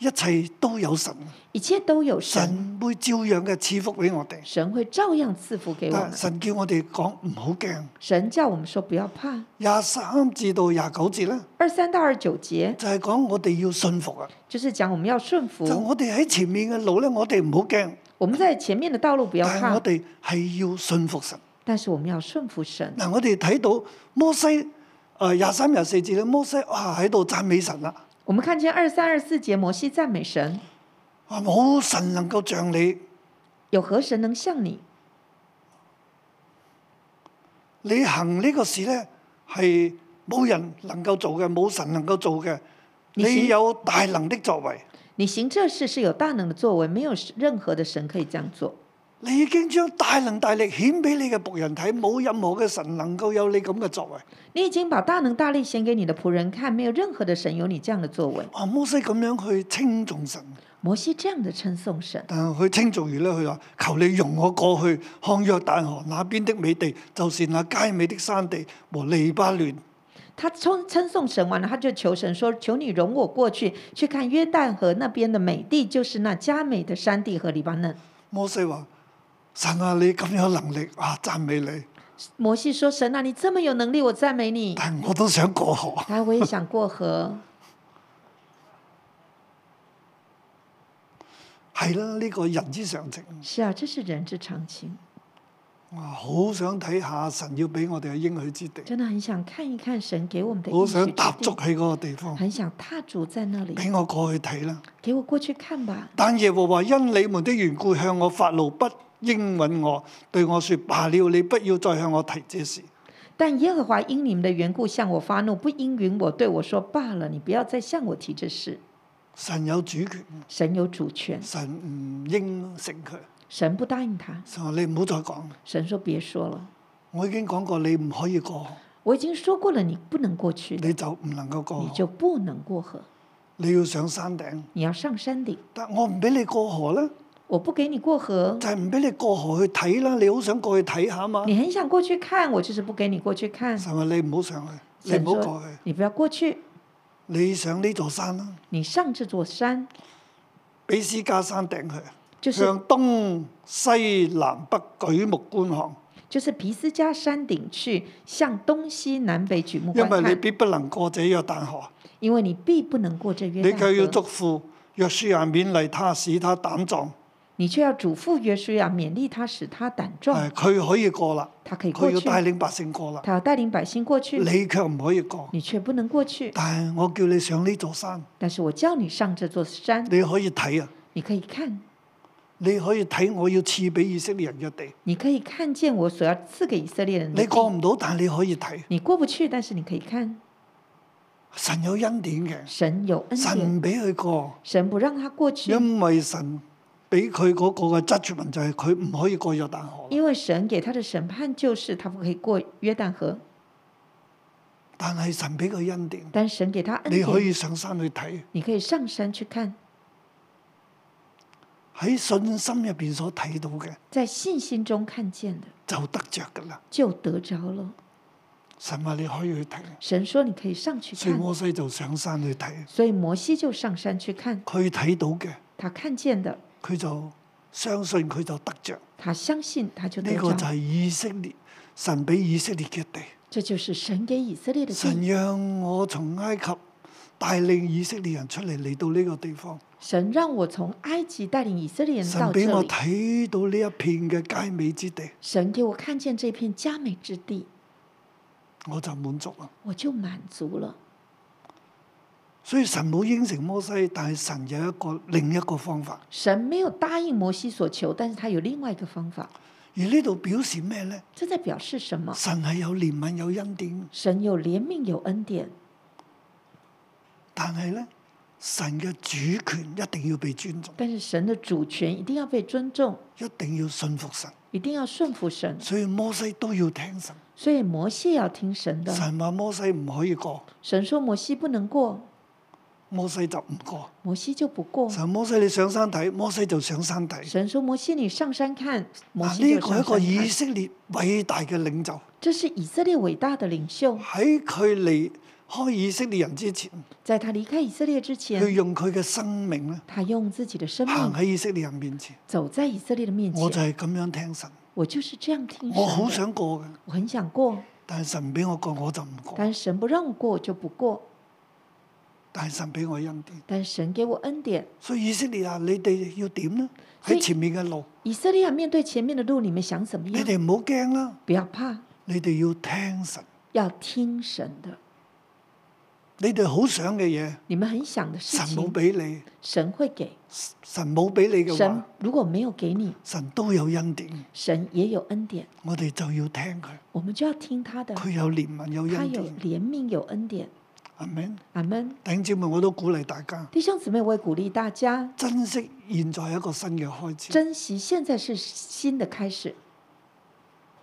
Speaker 2: 一切都有神，
Speaker 3: 一切都有神，
Speaker 2: 神會照樣嘅賜福俾我哋。
Speaker 3: 神会照样赐福给我
Speaker 2: 但
Speaker 3: 们。
Speaker 2: 神叫我哋講唔好驚。
Speaker 3: 神叫我们说不要怕。
Speaker 2: 廿三至到廿九節咧，
Speaker 3: 二三到二九节
Speaker 2: 就係講我哋要信服啊。
Speaker 3: 就是讲我们要
Speaker 2: 就
Speaker 3: 顺服，
Speaker 2: 我哋喺前面嘅路咧，我哋唔好驚，
Speaker 3: 我们在前面的道路不要
Speaker 2: 但係
Speaker 3: 怕
Speaker 2: 我，哋係要信服神。
Speaker 3: 但是我们要顺服神。
Speaker 2: 嗱，我哋睇到摩西誒廿三廿四節咧，摩西哇喺度讚美神啦，
Speaker 3: 我们看见二三二四节，摩西赞美神，
Speaker 2: 話冇神能夠像你，
Speaker 3: 有何神能像你？
Speaker 2: 你行呢個事咧係冇人能夠做嘅，冇神能夠做嘅。
Speaker 3: 你行
Speaker 2: 你有大能的作為，
Speaker 3: 你行这事是有大能的作为，没有任何的神可以这样做。
Speaker 2: 你已經將大能大力顯俾你嘅仆人睇，冇任何嘅神能夠有你咁嘅作為。
Speaker 3: 你已经把大能大力显给你的仆人看，没有任何的神有你这样的作为。
Speaker 2: 啊，摩西咁樣去稱頌神，
Speaker 3: 摩西这样的称颂神，
Speaker 2: 但係佢稱頌完咧，佢話：求你容我過去，看約旦河那邊的美地，就是那佳美的山地和利巴嫩。
Speaker 3: 他称称颂神完了，他就求神说：“求你容我过去，去看约旦河那边的美地，就是那加美的山地和黎巴嫩。
Speaker 2: 摩西話：神啊，你咁有能力啊，讚美你！”
Speaker 3: 摩西说：“神啊，你这么有能力，我赞美你。
Speaker 2: 但我都想過河。”
Speaker 3: 哎，我也想过河。
Speaker 2: 係啦，呢、個人之常情。
Speaker 3: 是啊，这是人之常情，
Speaker 2: 我好想睇下神要俾我哋嘅應許之地，
Speaker 3: 真的很想看一看神给我们的
Speaker 2: 好
Speaker 3: 应许
Speaker 2: 想
Speaker 3: 之
Speaker 2: 踏足
Speaker 3: 地，
Speaker 2: 喺嗰個地方，
Speaker 3: 很想踏足在那里。
Speaker 2: 俾我過去睇啦。
Speaker 3: 给我过去看吧。
Speaker 2: 但耶和華因你們的緣故向我發怒，不應允我，對我說：罷了，你不要再向我提這事。
Speaker 3: 但耶和华因你们的缘故向我发怒，不应允我，对我说：“罢了，你不要再向我提这事。
Speaker 2: 神有主權，”
Speaker 3: 神有主权，
Speaker 2: 神唔應承佢。
Speaker 3: 神不答应他。
Speaker 2: 神話你唔好再講，
Speaker 3: 神说：“别说了，
Speaker 2: 我已經講過你唔可以過河，
Speaker 3: 我已经说过了，你不能过去，
Speaker 2: 你就唔能夠過
Speaker 3: 你
Speaker 2: 河。
Speaker 3: 就不能过河，
Speaker 2: 你要上山頂，
Speaker 3: 你要上山顶。
Speaker 2: 但我唔俾你過河咧，
Speaker 3: 我不给你过河，
Speaker 2: 就係唔俾你過河去睇啦。你好想過去睇下嘛？
Speaker 3: 你很想过去看，我就是不给你过去看。”
Speaker 2: 神話你唔好上去，你
Speaker 3: 神
Speaker 2: 唔好過
Speaker 3: 说
Speaker 2: 去。：“
Speaker 3: 你不要过去，
Speaker 2: 你上呢座山啦，
Speaker 3: 你上这座山，
Speaker 2: 比斯加山頂去，
Speaker 3: 就是
Speaker 2: 向東西南北舉目觀看，
Speaker 3: 就是皮斯加山顶去，向东西南北举目观
Speaker 2: 因為你
Speaker 3: 看，
Speaker 2: 必不能過這約旦河。
Speaker 3: 因为你必不能过这约
Speaker 2: 你卻要
Speaker 3: 旦
Speaker 2: 祝
Speaker 3: 河。”
Speaker 2: 福約書亞，勉勵他，使他膽壯。
Speaker 3: 你却要嘱咐约书亚，勉励他，使他胆
Speaker 2: 誒
Speaker 3: 壮，
Speaker 2: 哎佢可以過啦，
Speaker 3: 他可以过
Speaker 2: 佢要
Speaker 3: 去，嗯
Speaker 2: 帶領百姓過啦，
Speaker 3: 他要带领百姓过去，
Speaker 2: 你卻唔可以過。
Speaker 3: 你却不能过去。
Speaker 2: 但係我叫你上呢座山，
Speaker 3: 但是我叫你上这座山，
Speaker 2: 你可以睇啊，
Speaker 3: 你可以看，
Speaker 2: 你可以睇我要賜俾以色列人嘅地。
Speaker 3: 你可以看见我所要赐给以色列人的
Speaker 2: 你
Speaker 3: 地
Speaker 2: 過唔到，但係你可以睇。
Speaker 3: 你过不去，但是你可以看。
Speaker 2: 神有恩典嘅，
Speaker 3: 神有恩典，
Speaker 2: 神唔俾佢過，
Speaker 3: 神不讓他過去，
Speaker 2: 因為神俾佢嗰個嘅質住民就係佢唔可以過約旦河。
Speaker 3: 因為神給他的審判就是他不可以過約旦河，
Speaker 2: 但係神俾佢恩典，
Speaker 3: 但神給他恩
Speaker 2: 你可
Speaker 3: 典，
Speaker 2: 以上山去睇，
Speaker 3: 你可以上山去看，
Speaker 2: 喺信心入邊所睇到嘅
Speaker 3: 在信心中看見的
Speaker 2: 就得着㗎啦。
Speaker 3: 就得着了。
Speaker 2: 神話你可以去睇，
Speaker 3: 神說你可以上去
Speaker 2: 所以
Speaker 3: 看，
Speaker 2: 摩西就上山去睇，
Speaker 3: 所以摩西就上山去看，
Speaker 2: 佢睇到嘅
Speaker 3: 他看見的，
Speaker 2: 佢就相信佢就得着。
Speaker 3: 他相信他就得
Speaker 2: 呢個就
Speaker 3: 着。
Speaker 2: 係以色列神俾以色列嘅地，
Speaker 3: 這就是神給以色列的
Speaker 2: 神
Speaker 3: 地，
Speaker 2: 讓我從埃及帶領以色列人出嚟嚟到呢個地方，
Speaker 3: 神讓我從埃及帶領以色列人
Speaker 2: 神
Speaker 3: 到
Speaker 2: 俾
Speaker 3: 這
Speaker 2: 我
Speaker 3: 裡，
Speaker 2: 睇到呢一片嘅佳美之地，
Speaker 3: 神給我看見這片佳美之地，
Speaker 2: 我就滿足啦。
Speaker 3: 我就滿足了。
Speaker 2: 所以神冇應承摩西，但係神有一個另一個方法。
Speaker 3: 神沒有答應摩西所求，但是他有另外一個方法。
Speaker 2: 而呢度表示咩呢？
Speaker 3: 这在表示什么？
Speaker 2: 神係有憐憫有恩典，
Speaker 3: 神有憐憫，有恩典，
Speaker 2: 但係呢，神嘅主權一定要被尊重，
Speaker 3: 但是神的主權一定要被尊重，
Speaker 2: 一定要信服神。
Speaker 3: 一定要順服神。
Speaker 2: 所以摩西都要聽神。
Speaker 3: 所以摩西要聽神的。
Speaker 2: 神話摩西唔可以過，
Speaker 3: 神說摩西不能過，
Speaker 2: 摩西就唔過。
Speaker 3: 摩西就不過。
Speaker 2: 神摩西你上山睇，摩西就上山睇。
Speaker 3: 神說摩西你上山看，摩
Speaker 2: 嗱，
Speaker 3: 西
Speaker 2: 呢
Speaker 3: 就
Speaker 2: 啊個一
Speaker 3: 上
Speaker 2: 個
Speaker 3: 山
Speaker 2: 以
Speaker 3: 看。
Speaker 2: 色列偉大嘅領袖，
Speaker 3: 這是以色列偉大的領袖，
Speaker 2: 喺佢離開以色列人之前，
Speaker 3: 在他離開以色列之
Speaker 2: 佢
Speaker 3: 前，
Speaker 2: 用佢嘅生命咧
Speaker 3: 他用自己的生
Speaker 2: 行
Speaker 3: 命
Speaker 2: 喺以色列人面前。
Speaker 3: 走在以色列的面
Speaker 2: 啊我就
Speaker 3: 前。
Speaker 2: 係咁樣聽神，
Speaker 3: 我就是這樣聽
Speaker 2: 我好
Speaker 3: 神的。
Speaker 2: 想過嘅，
Speaker 3: 我很想過，
Speaker 2: 但係神唔俾我過，我就唔過。
Speaker 3: 但是神不讓我過，我就不過。
Speaker 2: 但係神俾我恩典，
Speaker 3: 但神給我恩典。
Speaker 2: 所以以色列啊，你哋要點呢？
Speaker 3: 所以
Speaker 2: 喺前面嘅路，
Speaker 3: 以色列啊，面對前面的路，你們想怎麼
Speaker 2: 你
Speaker 3: 樣？
Speaker 2: 哋唔好驚啦，
Speaker 3: 不要怕，
Speaker 2: 你哋要聽神，
Speaker 3: 要聽神的。
Speaker 2: 你哋好想嘅嘢，
Speaker 3: 你們很想的事
Speaker 2: 神冇
Speaker 3: 情，
Speaker 2: 俾你，
Speaker 3: 神會給。
Speaker 2: 神冇俾你嘅
Speaker 3: 神
Speaker 2: 話，
Speaker 3: 如果沒有給你，
Speaker 2: 神都有恩典。
Speaker 3: 神也有恩典，
Speaker 2: 我哋就要聽佢，
Speaker 3: 我們就要聽他的。
Speaker 2: 佢有憐憫有
Speaker 3: 他
Speaker 2: 恩
Speaker 3: 有
Speaker 2: 典，
Speaker 3: 憐憫，有恩典。
Speaker 2: 係咪？
Speaker 3: 阿門。
Speaker 2: 弟兄姊妹，我都鼓勵大家
Speaker 3: 弟兄姊妹，我也鼓勵大家
Speaker 2: 珍惜現在一個新嘅開始。
Speaker 3: 珍惜現在是新的開始。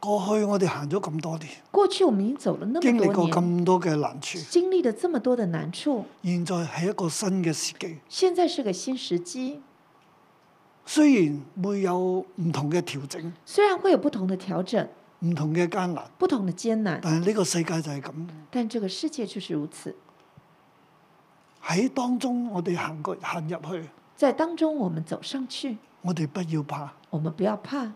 Speaker 2: 過去我哋行咗咁多年，
Speaker 3: 過去我們已經走了那
Speaker 2: 經
Speaker 3: 麼
Speaker 2: 歷
Speaker 3: 多
Speaker 2: 過
Speaker 3: 年，
Speaker 2: 咁多嘅難處，
Speaker 3: 經歷了這麼多的難處，
Speaker 2: 現在係一個新嘅時機。
Speaker 3: 現在是個新時機。
Speaker 2: 雖然會有唔同嘅調整、
Speaker 3: 雖然會有不同的調整，
Speaker 2: 唔同嘅艱難，
Speaker 3: 不同的艱難，
Speaker 2: 但係呢個世界就係咁。
Speaker 3: 但這個世界就是如此。
Speaker 2: 喺當中我哋行過行入去，
Speaker 3: 在當中我們走上去，
Speaker 2: 我哋不要怕，
Speaker 3: 我們不要怕，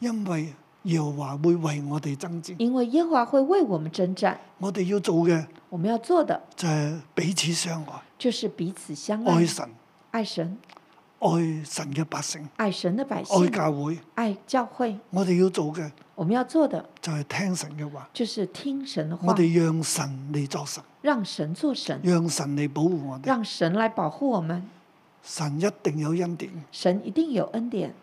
Speaker 2: 因為耶和華會為我哋爭戰。
Speaker 3: 因為耶和華會為我們征戰。
Speaker 2: 我哋要做嘅
Speaker 3: 我們要做的
Speaker 2: 就係彼此相愛，
Speaker 3: 就是彼此相愛
Speaker 2: 愛，哦神。
Speaker 3: 愛神，
Speaker 2: 愛神嘅百姓，
Speaker 3: 愛神的百
Speaker 2: 愛
Speaker 3: 姓，
Speaker 2: 哦教會。
Speaker 3: 愛教會。
Speaker 2: 我哋要做嘅
Speaker 3: 我們要做的
Speaker 2: 就係聽神嘅話，
Speaker 3: 就是聽神的
Speaker 2: 我
Speaker 3: 話，
Speaker 2: 哋讓神嚟作神，
Speaker 3: 讓神做神，
Speaker 2: 讓神嚟保護我哋。
Speaker 3: 讓神來保護我們。
Speaker 2: 神一定有恩典。
Speaker 3: 神一定有恩典。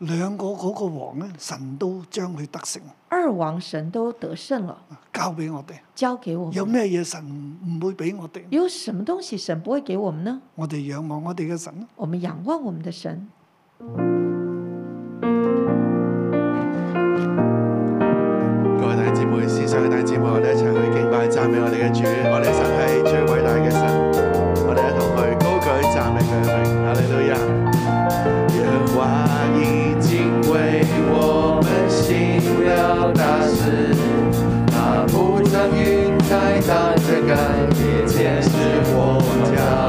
Speaker 2: 兩個嗰個王咧，神都將佢得勝，
Speaker 3: 二王神都得勝了，
Speaker 2: 交俾我哋。
Speaker 3: 交給我
Speaker 2: 啊有
Speaker 3: 們。
Speaker 2: 咩嘢神唔會俾我哋？
Speaker 3: 有什麼東西神不會給我們呢？
Speaker 2: 我哋仰望我哋嘅神啦。
Speaker 3: 我們仰望我們的神。
Speaker 4: 各位弟兄姊妹，線上嘅弟兄姊妹，我哋一齊去敬拜讚美我哋嘅主，我哋神係最偉大嘅神，我哋一同去高舉讚美佢嘅名，哈利路亞！耶和華已經為我們行了大事，他不曾云彩大着干也天使我跳。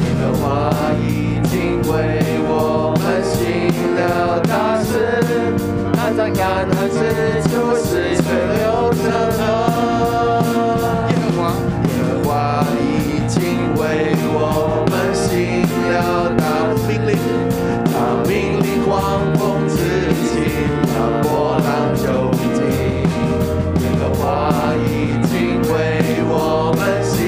Speaker 4: 耶和華已經為我們行了大事，他在干旱之處使水流成河。耶和華，耶和華已經為我們行了大事。命令。他命令狂风之起，那波浪就平静。耶和华已经为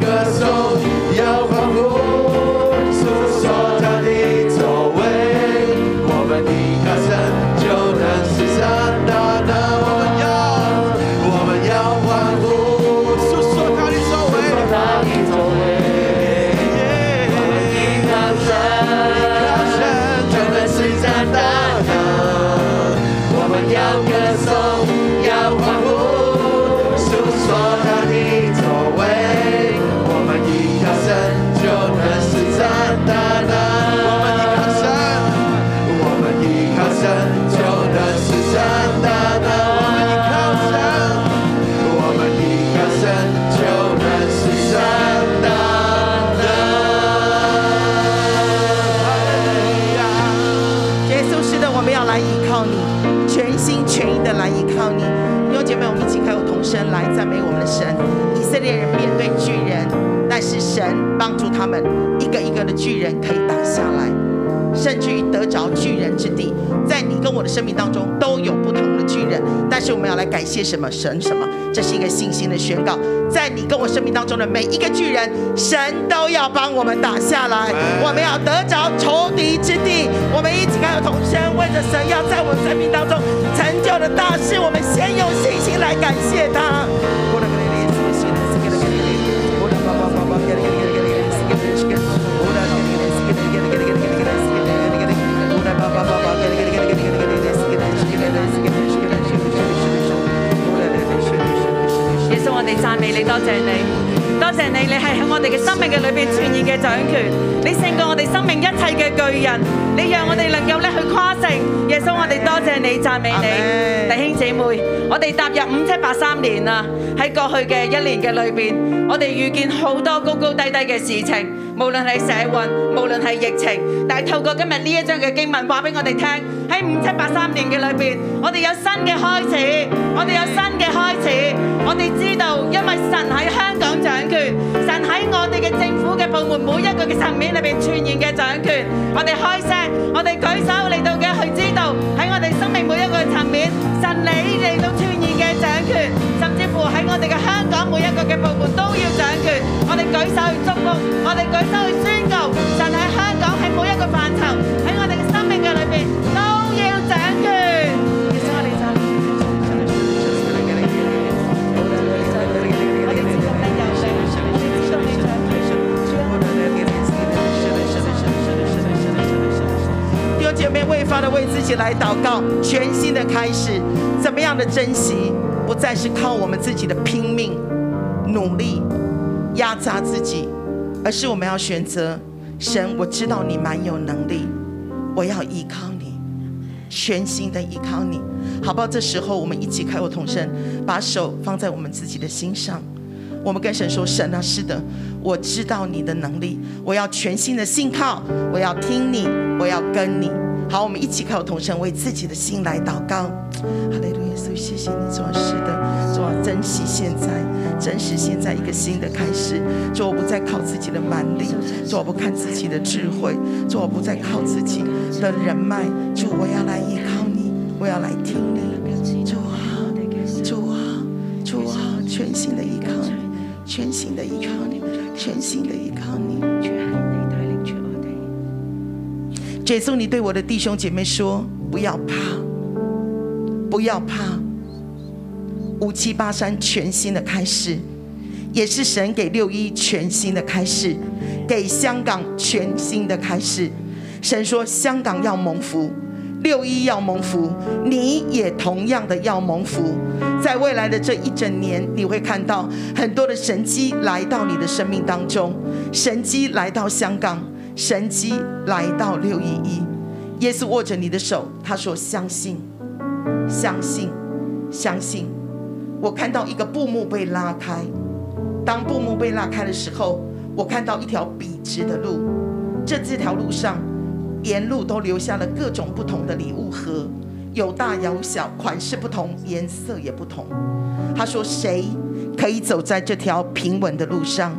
Speaker 4: 歌颂，要欢呼，诉说他的作为。我们的歌声就能实现大的我们要，我们要欢呼，诉说他的作为。
Speaker 5: 他的作为，我们的歌声就能实现大能。我们要歌颂，要欢呼，诉说他的作为。我们的歌声就能实现大能。我们的歌声，我们的歌声就能实现大能。我们的歌声。我们的歌声就能实现大能。
Speaker 6: 耶稣，是的，我们要来依靠你，全心全意的来依靠你。弟兄姐妹，我们一起开口同声来赞美我们的神。以色列人面对巨人，但是神帮助他们，一个一个的巨人可以打下来，甚至于得着巨人之地。在你跟我的生命当中都有不同的巨人，但是我们要来感谢什么神什么，这是一个信心的宣告。在你跟我生命当中的每一个巨人，神都要帮我们打下来。我们要得着仇敌之地，我们一起开口同声，为着神要在我们生命当中成就的大事，我们先用信心来感谢他。
Speaker 5: 耶穌，我哋讚美你，多謝你，多謝你，你係喺我哋嘅生命嘅裏邊全然嘅掌權，你勝過我哋生命一切嘅巨人，你讓我哋能夠咧去跨城。耶穌，我哋多謝你，讚美你，弟兄姊妹，我哋踏入五七八三年啦，喺過去嘅一年嘅裏邊，我哋遇見好多高高低低嘅事情。無論係社運，無論係疫情，但係透過今日呢一章嘅經文，話俾我哋聽，喺五七八三年嘅裏邊，我哋有新嘅開始，我哋有新嘅開始，我哋知道，因為神喺香港掌權，神喺我哋嘅政府嘅部門每一個嘅層面裏邊全然嘅掌權，我哋開聲，我哋舉手嚟到嘅去知道，喺我哋生命每一個層面，神你嚟到全然嘅掌權，甚至乎喺我哋嘅香港每一個嘅部門都要掌權，我哋舉手去祝福，我哋舉手去宣告，神喺香港喺每一個範疇，喺我哋嘅生命嘅裏邊都要掌權。耶穌，我哋讚美你我哋知道你有你，我哋知道你掌
Speaker 6: 弟兄姐妹，未发的为自己来祷告，全新的开始，怎么样的珍惜，不再是靠我们自己的拼命、努力压榨自己，而是我们要选择神。我知道你蛮有能力，我要依靠你。全心的依靠你，好不好？这时候我们一起开口同声，把手放在我们自己的心上。我们跟神说：“神啊，是的，我知道你的能力，我要全心的信靠，我要听你，我要跟你。”好，我们一起开口同声，为自己的心来祷告。哈利路亚！所以谢谢你，主啊，是的，主啊，珍惜现在，珍惜现在一个新的开始。主啊，我不再靠自己的蛮力，主啊，我不看自己的智慧，主啊，我不再靠自己的人脉，主，我要来依靠你，我要来听你，主啊，主啊，主啊，全心的依靠你，全心的依靠你，全心的依靠你。耶稣，你对我的弟兄姐妹说：不要怕，不要怕。五七八三全新的开始，也是神给六一全新的开始，给香港全新的开始。神说，香港要蒙福，六一要蒙福，你也同样的要蒙福。在未来的这一整年，你会看到很多的神机来到你的生命当中，神机来到香港，神机来到六一一。耶稣握着你的手，他说：“相信，相信，相信。”我看到一个布幕被拉开，当布幕被拉开的时候，我看到一条笔直的路。这这条路上，沿路都留下了各种不同的礼物盒，有大有小，款式不同，颜色也不同。他说：“谁可以走在这条平稳的路上，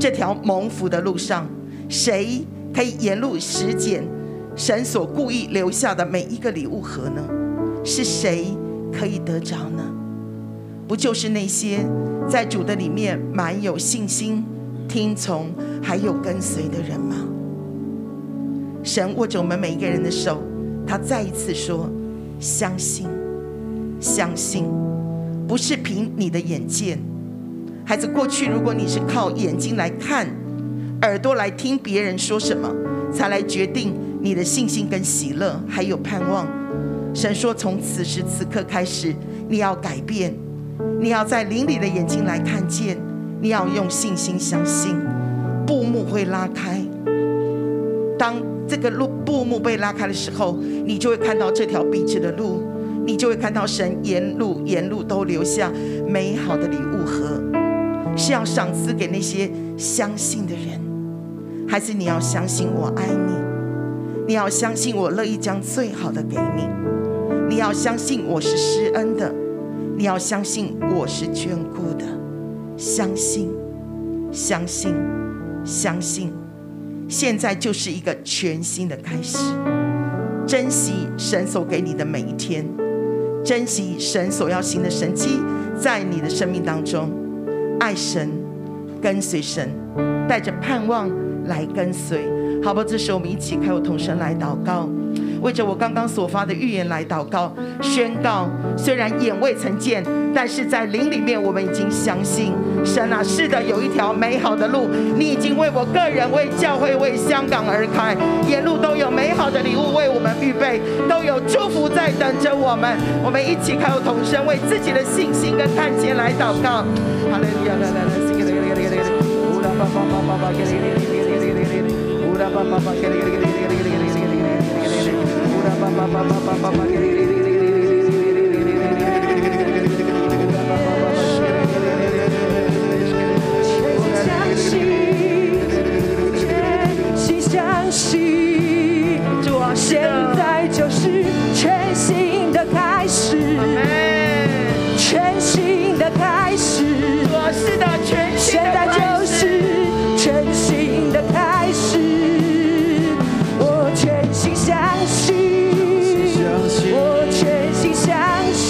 Speaker 6: 这条蒙福的路上？谁可以沿路实践神所故意留下的每一个礼物盒呢？是谁可以得着呢？”不就是那些在主的里面满有信心、听从还有跟随的人吗？神握着我们每一个人的手，他再一次说：相信，相信，不是凭你的眼见。孩子，过去如果你是靠眼睛来看，耳朵来听别人说什么，才来决定你的信心跟喜乐还有盼望。神说，从此时此刻开始，你要改变，你要在灵里的眼睛来看见，你要用信心相信，布幕会拉开。当这个路布幕被拉开的时候，你就会看到这条笔直的路，你就会看到神沿路沿路都留下美好的礼物盒，是要赏赐给那些相信的人。还是你要相信我爱你，你要相信我乐意将最好的给你，你要相信我是施恩的，你要相信我是眷顾的，相信，相信，相信。现在就是一个全新的开始。珍惜神所给你的每一天，珍惜神所要行的神迹在你的生命当中。爱神，跟随神，带着盼望来跟随，好不好？这时候我们一起开口同声来祷告，为着我刚刚所发的预言来祷告，宣告：虽然眼未曾见，但是在灵里面我们已经相信神啊，是的，有一条美好的路，你已经为我个人、为教会、为香港而开，沿路都有美好的礼物为我们预备，都有祝福在等着我们。我们一起开口同声为自己的信心跟看见来祷告。哈利路亚，来来来，是给的，给的，给的，给的，乌拉巴巴巴巴巴，给的，给的，给的，给的，给的，乌拉巴巴巴，给的，给的，给的，给的，给的，给的，给的，乌拉巴巴巴巴巴巴，给的，给的，给的，给的，乌拉巴巴巴巴，给的，给的，给的，
Speaker 7: 相信，全心相信，
Speaker 6: 主啊，
Speaker 7: 现在就是全新的开始，
Speaker 6: 哎，
Speaker 7: 全新的开始，
Speaker 6: 主啊，是的，全新
Speaker 7: 现
Speaker 6: 的
Speaker 7: 在
Speaker 6: 开
Speaker 7: 就
Speaker 6: 始，
Speaker 7: 是全新的开始，我全心相信，
Speaker 4: 相信
Speaker 7: 我全心相信。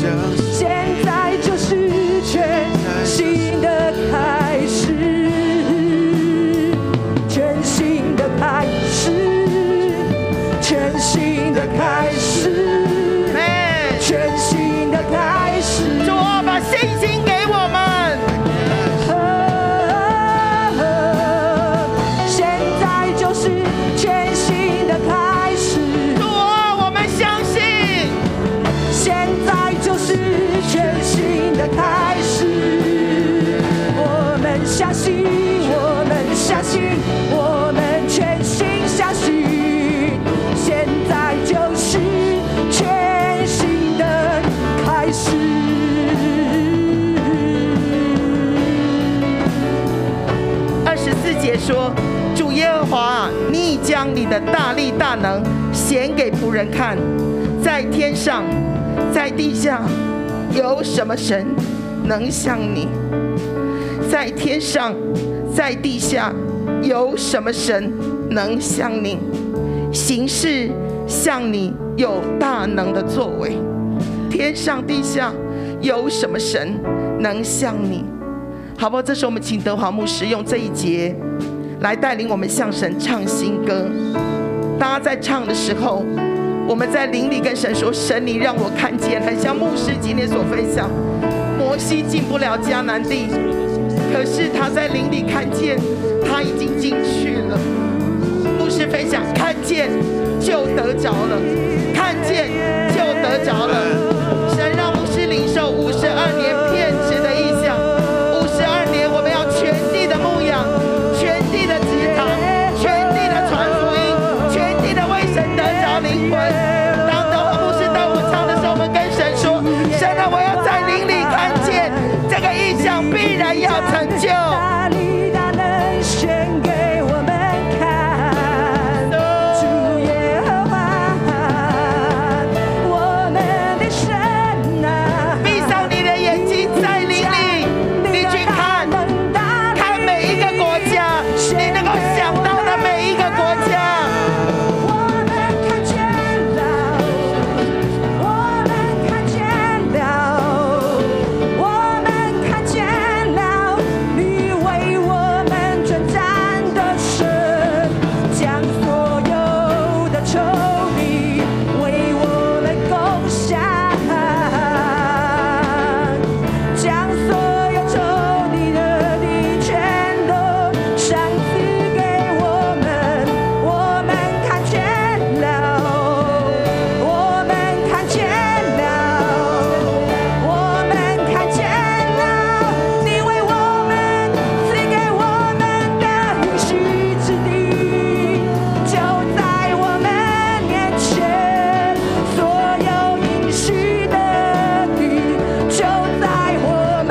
Speaker 4: 相信
Speaker 7: 现在就是全新的开始，全新的开始，全新的开始，
Speaker 6: 哎，
Speaker 7: 全新的开始。
Speaker 6: 主啊，把信心给我们。
Speaker 7: 现在就是全新的开始，
Speaker 6: 主啊，我们相信，
Speaker 7: 现在就是全新的开始。我们相信，我们相信，我们全心相信。现在就是全新的开始。
Speaker 6: 二十四节说：“主耶和华啊，你已将你的大力大能显给仆人看，在天上，在地下，有什么神能像你？在天上，在地下，有什么神能像你？行事像你有大能的作为，天上地下有什么神能像你？”好不好？这时候我们请德华牧师用这一节来带领我们向神唱新歌。大家在唱的时候，我们在灵里跟神说：“神，你让我看见。”很像牧师今天所分享，摩西进不了迦南地，可是他在灵里看见，他已经进去了。牧师分享：看见就得着了，看见就得着了。神让牧师领受五十二年骗子的意象，五十二年我们要全地的牧养，全地的指导，全地的传福音，全地的为神得着灵魂。当德华牧师带我们唱的时候，我们跟神说：神啊，我要在灵里看见这个意象必然要成就。
Speaker 7: 大力大能献给我们看，主耶和华，我们的神啊，
Speaker 6: 闭上你的眼睛，在灵里，你去看，看每一个国家，你能够想到的每一个国家。
Speaker 7: 我们看见了，我们看见了，我们看见了，你为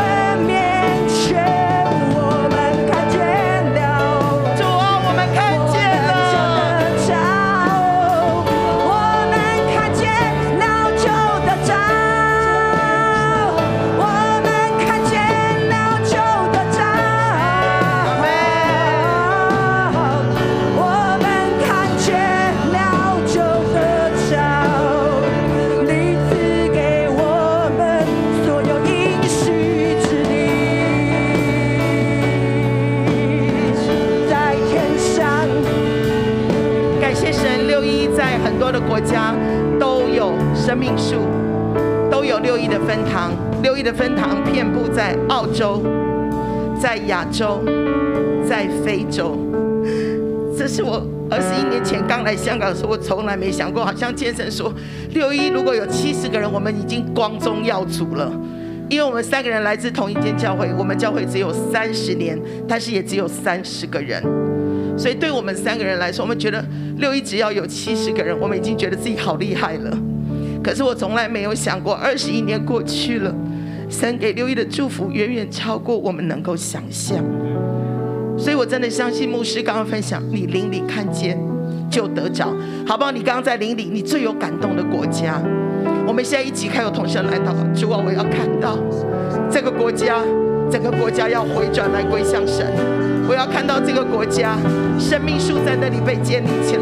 Speaker 6: 啊国家都有生命树，都有六一的分堂。六一的分堂遍布在澳洲、在亚洲、在非洲。这是我二十一年前刚来香港的时候，我从来没想过。好像健身说，六一如果有七十个人，我们已经光宗耀祖了。因为我们三个人来自同一间教会，我们教会只有三十年，但是也只有三十个人。所以对我们三个人来说，我们觉得六一只要有七十个人，我们已经觉得自己好厉害了。可是我从来没有想过，二十一年过去了，神给六一的祝福远远超过我们能够想象。所以我真的相信牧师刚刚分享，你邻里看见就得着，好不好？你刚刚在邻里，你最有感动的国家，我们现在一起开口同声来祷告，主啊，我要看到这个国家，整个国家要回转来归向神，我要看到这个国家生命树在那里被建立起来。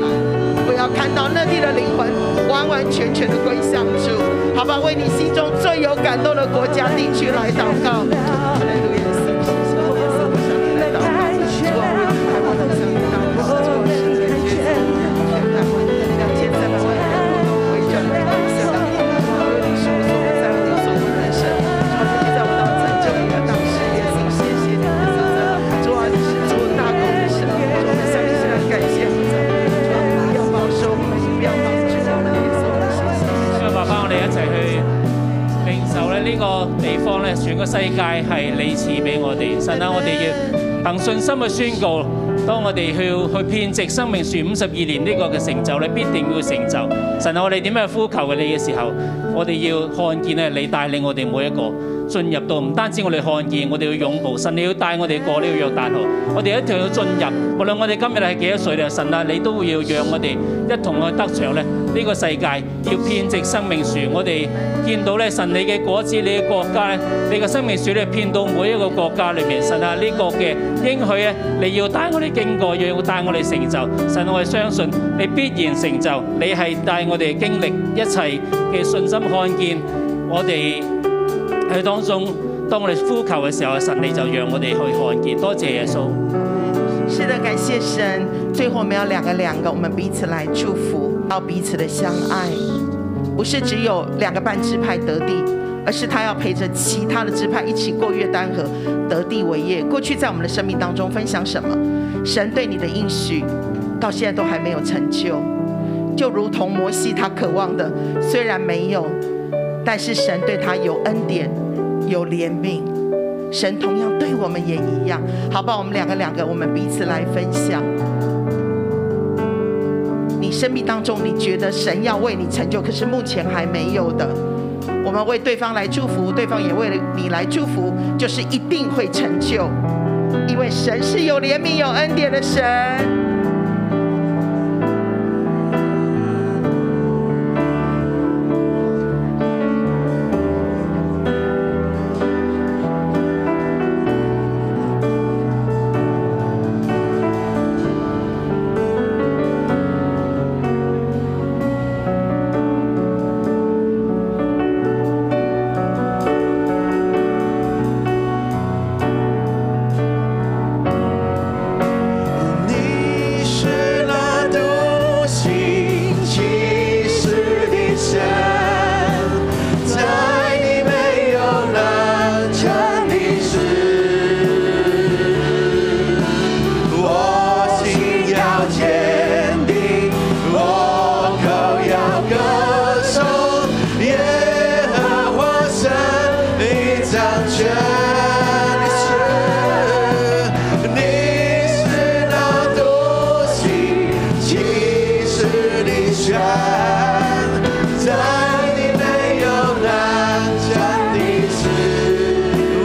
Speaker 6: 我要看到那地的灵魂完完全全的归向主，好吧？为你心中最有感动的国家地区来祷告。哈利路亚神我们是不是来祷告主啊为了台湾的生命大事做事人间两千三百万人口都回转来归向你无论你所做在乎你所有人生，主啊，你在我当成就你的大事业，你谢谢你的责任。主啊，你是做大功的神，主啊我们向你来感谢你，主啊，不要保守我们，不要保住我们，也是我们谢谢你。
Speaker 8: 今日爸爸，我哋一齊去領受咧呢個地方咧，全個世界係你賜俾我哋。神啊，我哋要憑信心去宣告，當我哋去去遍植生命樹五十二年呢個嘅成就咧，必定要成就。神啊，我哋點樣呼求你嘅時候，我哋要看見咧你帶領我哋每一個。進入到唔單止我哋看見，我哋要擁抱神，你要帶我哋過呢個約旦河，我哋一定要進入。無論我哋今日係幾多歲咧，神啊，你都會要讓我哋一同去得着咧呢個世界，要遍植生命樹。我哋見到咧神你嘅果子，你嘅國家咧，你嘅生命樹咧遍到每一個國家裏面。神啊，呢個嘅應許咧，你要帶我哋經過，要帶我哋成就。神，我哋相信你必然成就，你係帶我哋經歷一切嘅信心，看見我哋。喺當中，當我哋呼求嘅時候，神你就讓我哋去看見。多謝耶穌。
Speaker 6: 是的，感谢神。最后我们要两个两个，我们彼此来祝福，要彼此的相爱，不是只有两个半支派得地，而是他要陪着其他的支派一起过约旦河，得地为业。过去在我们的生命当中分享什么，神对你的应许，到现在都还没有成就，就如同摩西他渴望的，虽然没有，但是神对他有恩典，有怜悯。神同样对我们也一样，好不好？我们两个两个，我们彼此来分享。你生命当中，你觉得神要为你成就，可是目前还没有的，我们为对方来祝福，对方也为了你来祝福，就是一定会成就，因为神是有怜悯、有恩典的神。
Speaker 4: 你是那独行其事的神，在你没有难成的事，我心要坚定，我口要歌颂，耶和华神已掌权。你是那独行其事的神，在你没有难成的事。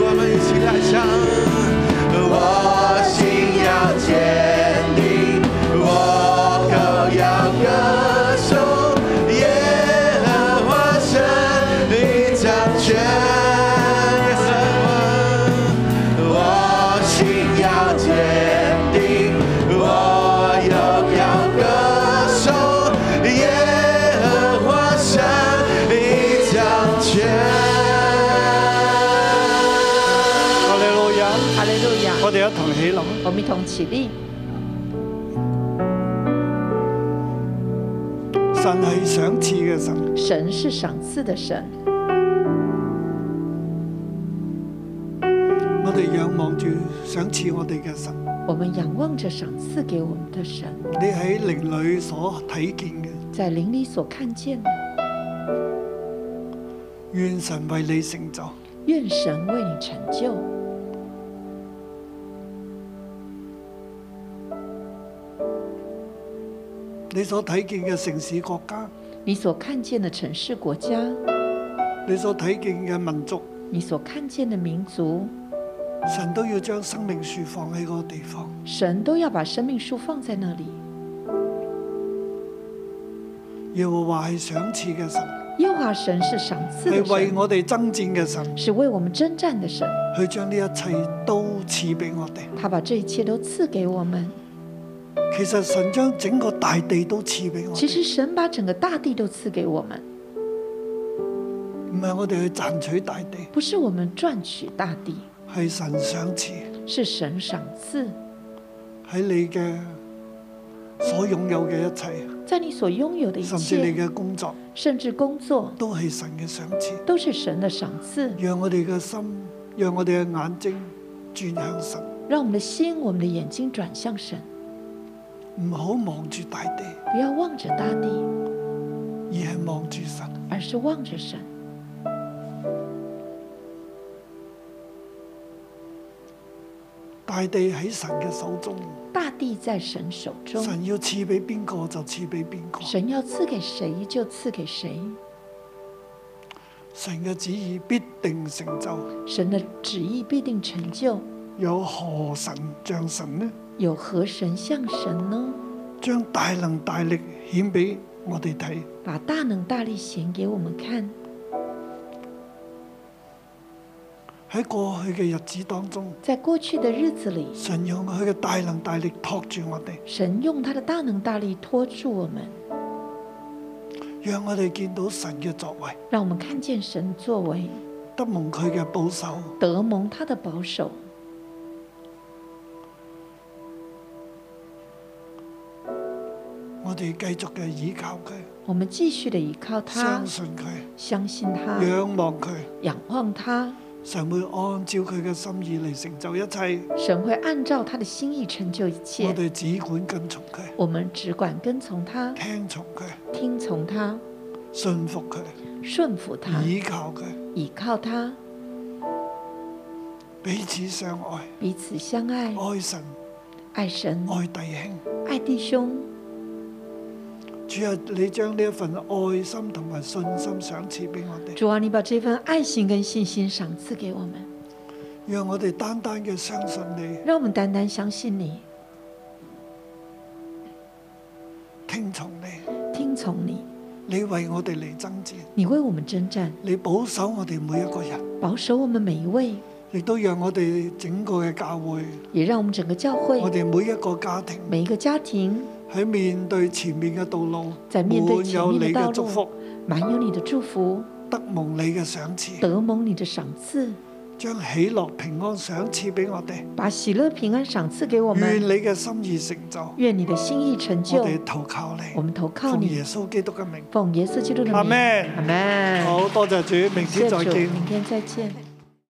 Speaker 4: 我们一起来唱。我心要坚定，我口要歌颂，耶和华神你掌权。我心要坚定，我又要歌颂，耶和华神你掌权。
Speaker 2: 我哋老友，
Speaker 3: 哈利路亚！
Speaker 2: 我哋一同起立。
Speaker 3: 我们一同起立。
Speaker 2: 神係賞賜嘅神，
Speaker 3: 神是赏赐的神，
Speaker 2: 我哋仰望住賞賜我哋嘅神。
Speaker 3: 我们仰望着赏赐给我们的神，
Speaker 2: 你喺靈裏所睇見嘅，
Speaker 3: 在灵里所看见的，
Speaker 2: 願神為你成就。
Speaker 3: 愿神为你成就。
Speaker 2: 你所睇見嘅城市國家，
Speaker 3: 你所看见的城市、国家，
Speaker 2: 你所睇見嘅民族，
Speaker 3: 你所看见的民族，
Speaker 2: 神都要將生命樹放喺嗰個地方。
Speaker 3: 神都要把生命树放在那里。
Speaker 2: 耶和華係賞賜嘅神，
Speaker 3: 耶和华神是赏赐的
Speaker 2: 係為
Speaker 3: 神，
Speaker 2: 我哋爭戰嘅神，
Speaker 3: 是为我们征战的神，
Speaker 2: 佢將呢一切都賜俾我哋。
Speaker 3: 他把这一切都赐给我们。
Speaker 2: 其實神將整個大地都賜俾我
Speaker 3: 其
Speaker 2: 哋，
Speaker 3: 实神把整个大地都赐给我们，
Speaker 2: 唔係我哋去賺取大地，
Speaker 3: 不是我们赚取大地，
Speaker 2: 係神賞賜
Speaker 3: 是神赏赐
Speaker 2: 喺你嘅所擁有嘅一切，
Speaker 3: 在你所拥有的一
Speaker 2: 甚至你
Speaker 3: 切，
Speaker 2: 嘅工作，
Speaker 3: 甚至工作，
Speaker 2: 都係神嘅賞賜。
Speaker 3: 都是神的赏赐。
Speaker 2: 讓我哋嘅心，讓我哋嘅眼睛轉向神，
Speaker 3: 让我们的心、我们的眼睛转向神，
Speaker 2: 唔好望住大地，
Speaker 3: 不要望着大地，
Speaker 2: 而係望住神。
Speaker 3: 而是望着神。
Speaker 2: 大地喺神嘅手中，
Speaker 3: 大地在神手中，
Speaker 2: 神要賜俾邊個就賜俾邊個，
Speaker 3: 神要赐给谁就赐给谁，
Speaker 2: 神嘅旨意必定成就。
Speaker 3: 神的旨意必定成就。
Speaker 2: 有何神像神呢？
Speaker 3: 有何神像神呢？
Speaker 2: 將大能大力顯俾我哋睇。
Speaker 3: 把大能大力显给我们看。
Speaker 2: 喺過去嘅日子當中，
Speaker 3: 在过去的日子里，
Speaker 2: 神用佢嘅大能大力托住我哋，
Speaker 3: 神用他的大能大力托住我们，
Speaker 2: 讓我哋見到神嘅作為，
Speaker 3: 让我们看见神作为，
Speaker 2: 得蒙佢嘅保守。
Speaker 3: 得蒙他的保守。
Speaker 2: 我哋繼續嘅倚靠佢，
Speaker 3: 我们继续的依靠他啊
Speaker 2: 相，信佢。
Speaker 3: 相信他，
Speaker 2: 仰望佢，
Speaker 3: 仰望他，
Speaker 2: 神會按照佢嘅心意嚟成就一切。
Speaker 3: 神会按照他的心意成就一切
Speaker 2: 我。哋只管跟從佢，
Speaker 3: 我们只管跟从他，
Speaker 2: 聽從佢，
Speaker 3: 听从他，
Speaker 2: 信服佢，
Speaker 3: 顺服他，
Speaker 2: 倚靠佢，
Speaker 3: 倚靠他，
Speaker 2: 彼此相愛，
Speaker 3: 彼此相爱，
Speaker 2: 愛神，
Speaker 3: 爱神，
Speaker 2: 愛弟兄。
Speaker 3: 爱弟兄。
Speaker 2: 主啊，你將呢一份愛心同埋信心賞賜俾我哋，
Speaker 3: 主啊，你把这份爱心跟信心赏赐给我们，
Speaker 2: 讓我哋單單嘅相信你，
Speaker 3: 让我们单单相信你，
Speaker 2: 聽從你。
Speaker 3: 听从你。
Speaker 2: 你為我哋嚟爭戰，
Speaker 3: 你为我们征战，
Speaker 2: 你保守我哋每一個人，
Speaker 3: 保守我们每一位，
Speaker 2: 亦都讓我哋整個嘅教會，
Speaker 3: 也让我们整个教会
Speaker 2: 我、哋每一個家庭。
Speaker 3: 每一个家庭
Speaker 2: 喺面對前面嘅道路，
Speaker 3: 在面對
Speaker 2: 滿
Speaker 3: 前
Speaker 2: 有
Speaker 3: 面
Speaker 2: 你
Speaker 3: 的道
Speaker 2: 嘅
Speaker 3: 路
Speaker 2: 祝福，
Speaker 3: 满有你的祝福，
Speaker 2: 得蒙你嘅賞賜，
Speaker 3: 得蒙你的赏赐，
Speaker 2: 將喜樂平安賞賜俾我哋。
Speaker 3: 把喜乐平安赏赐给我
Speaker 2: 願你
Speaker 3: 们。
Speaker 2: 嘅心意成就，我
Speaker 3: 愿你的心意成就。
Speaker 2: 哋投靠你，
Speaker 3: 我们投靠
Speaker 2: 奉
Speaker 3: 你
Speaker 2: 耶，穌基督嘅名。
Speaker 3: 奉耶稣基督的名。
Speaker 2: 阿門
Speaker 3: 阿门。
Speaker 2: 好多謝主，明天
Speaker 3: 谢主，
Speaker 2: 再見。
Speaker 3: 明天再见。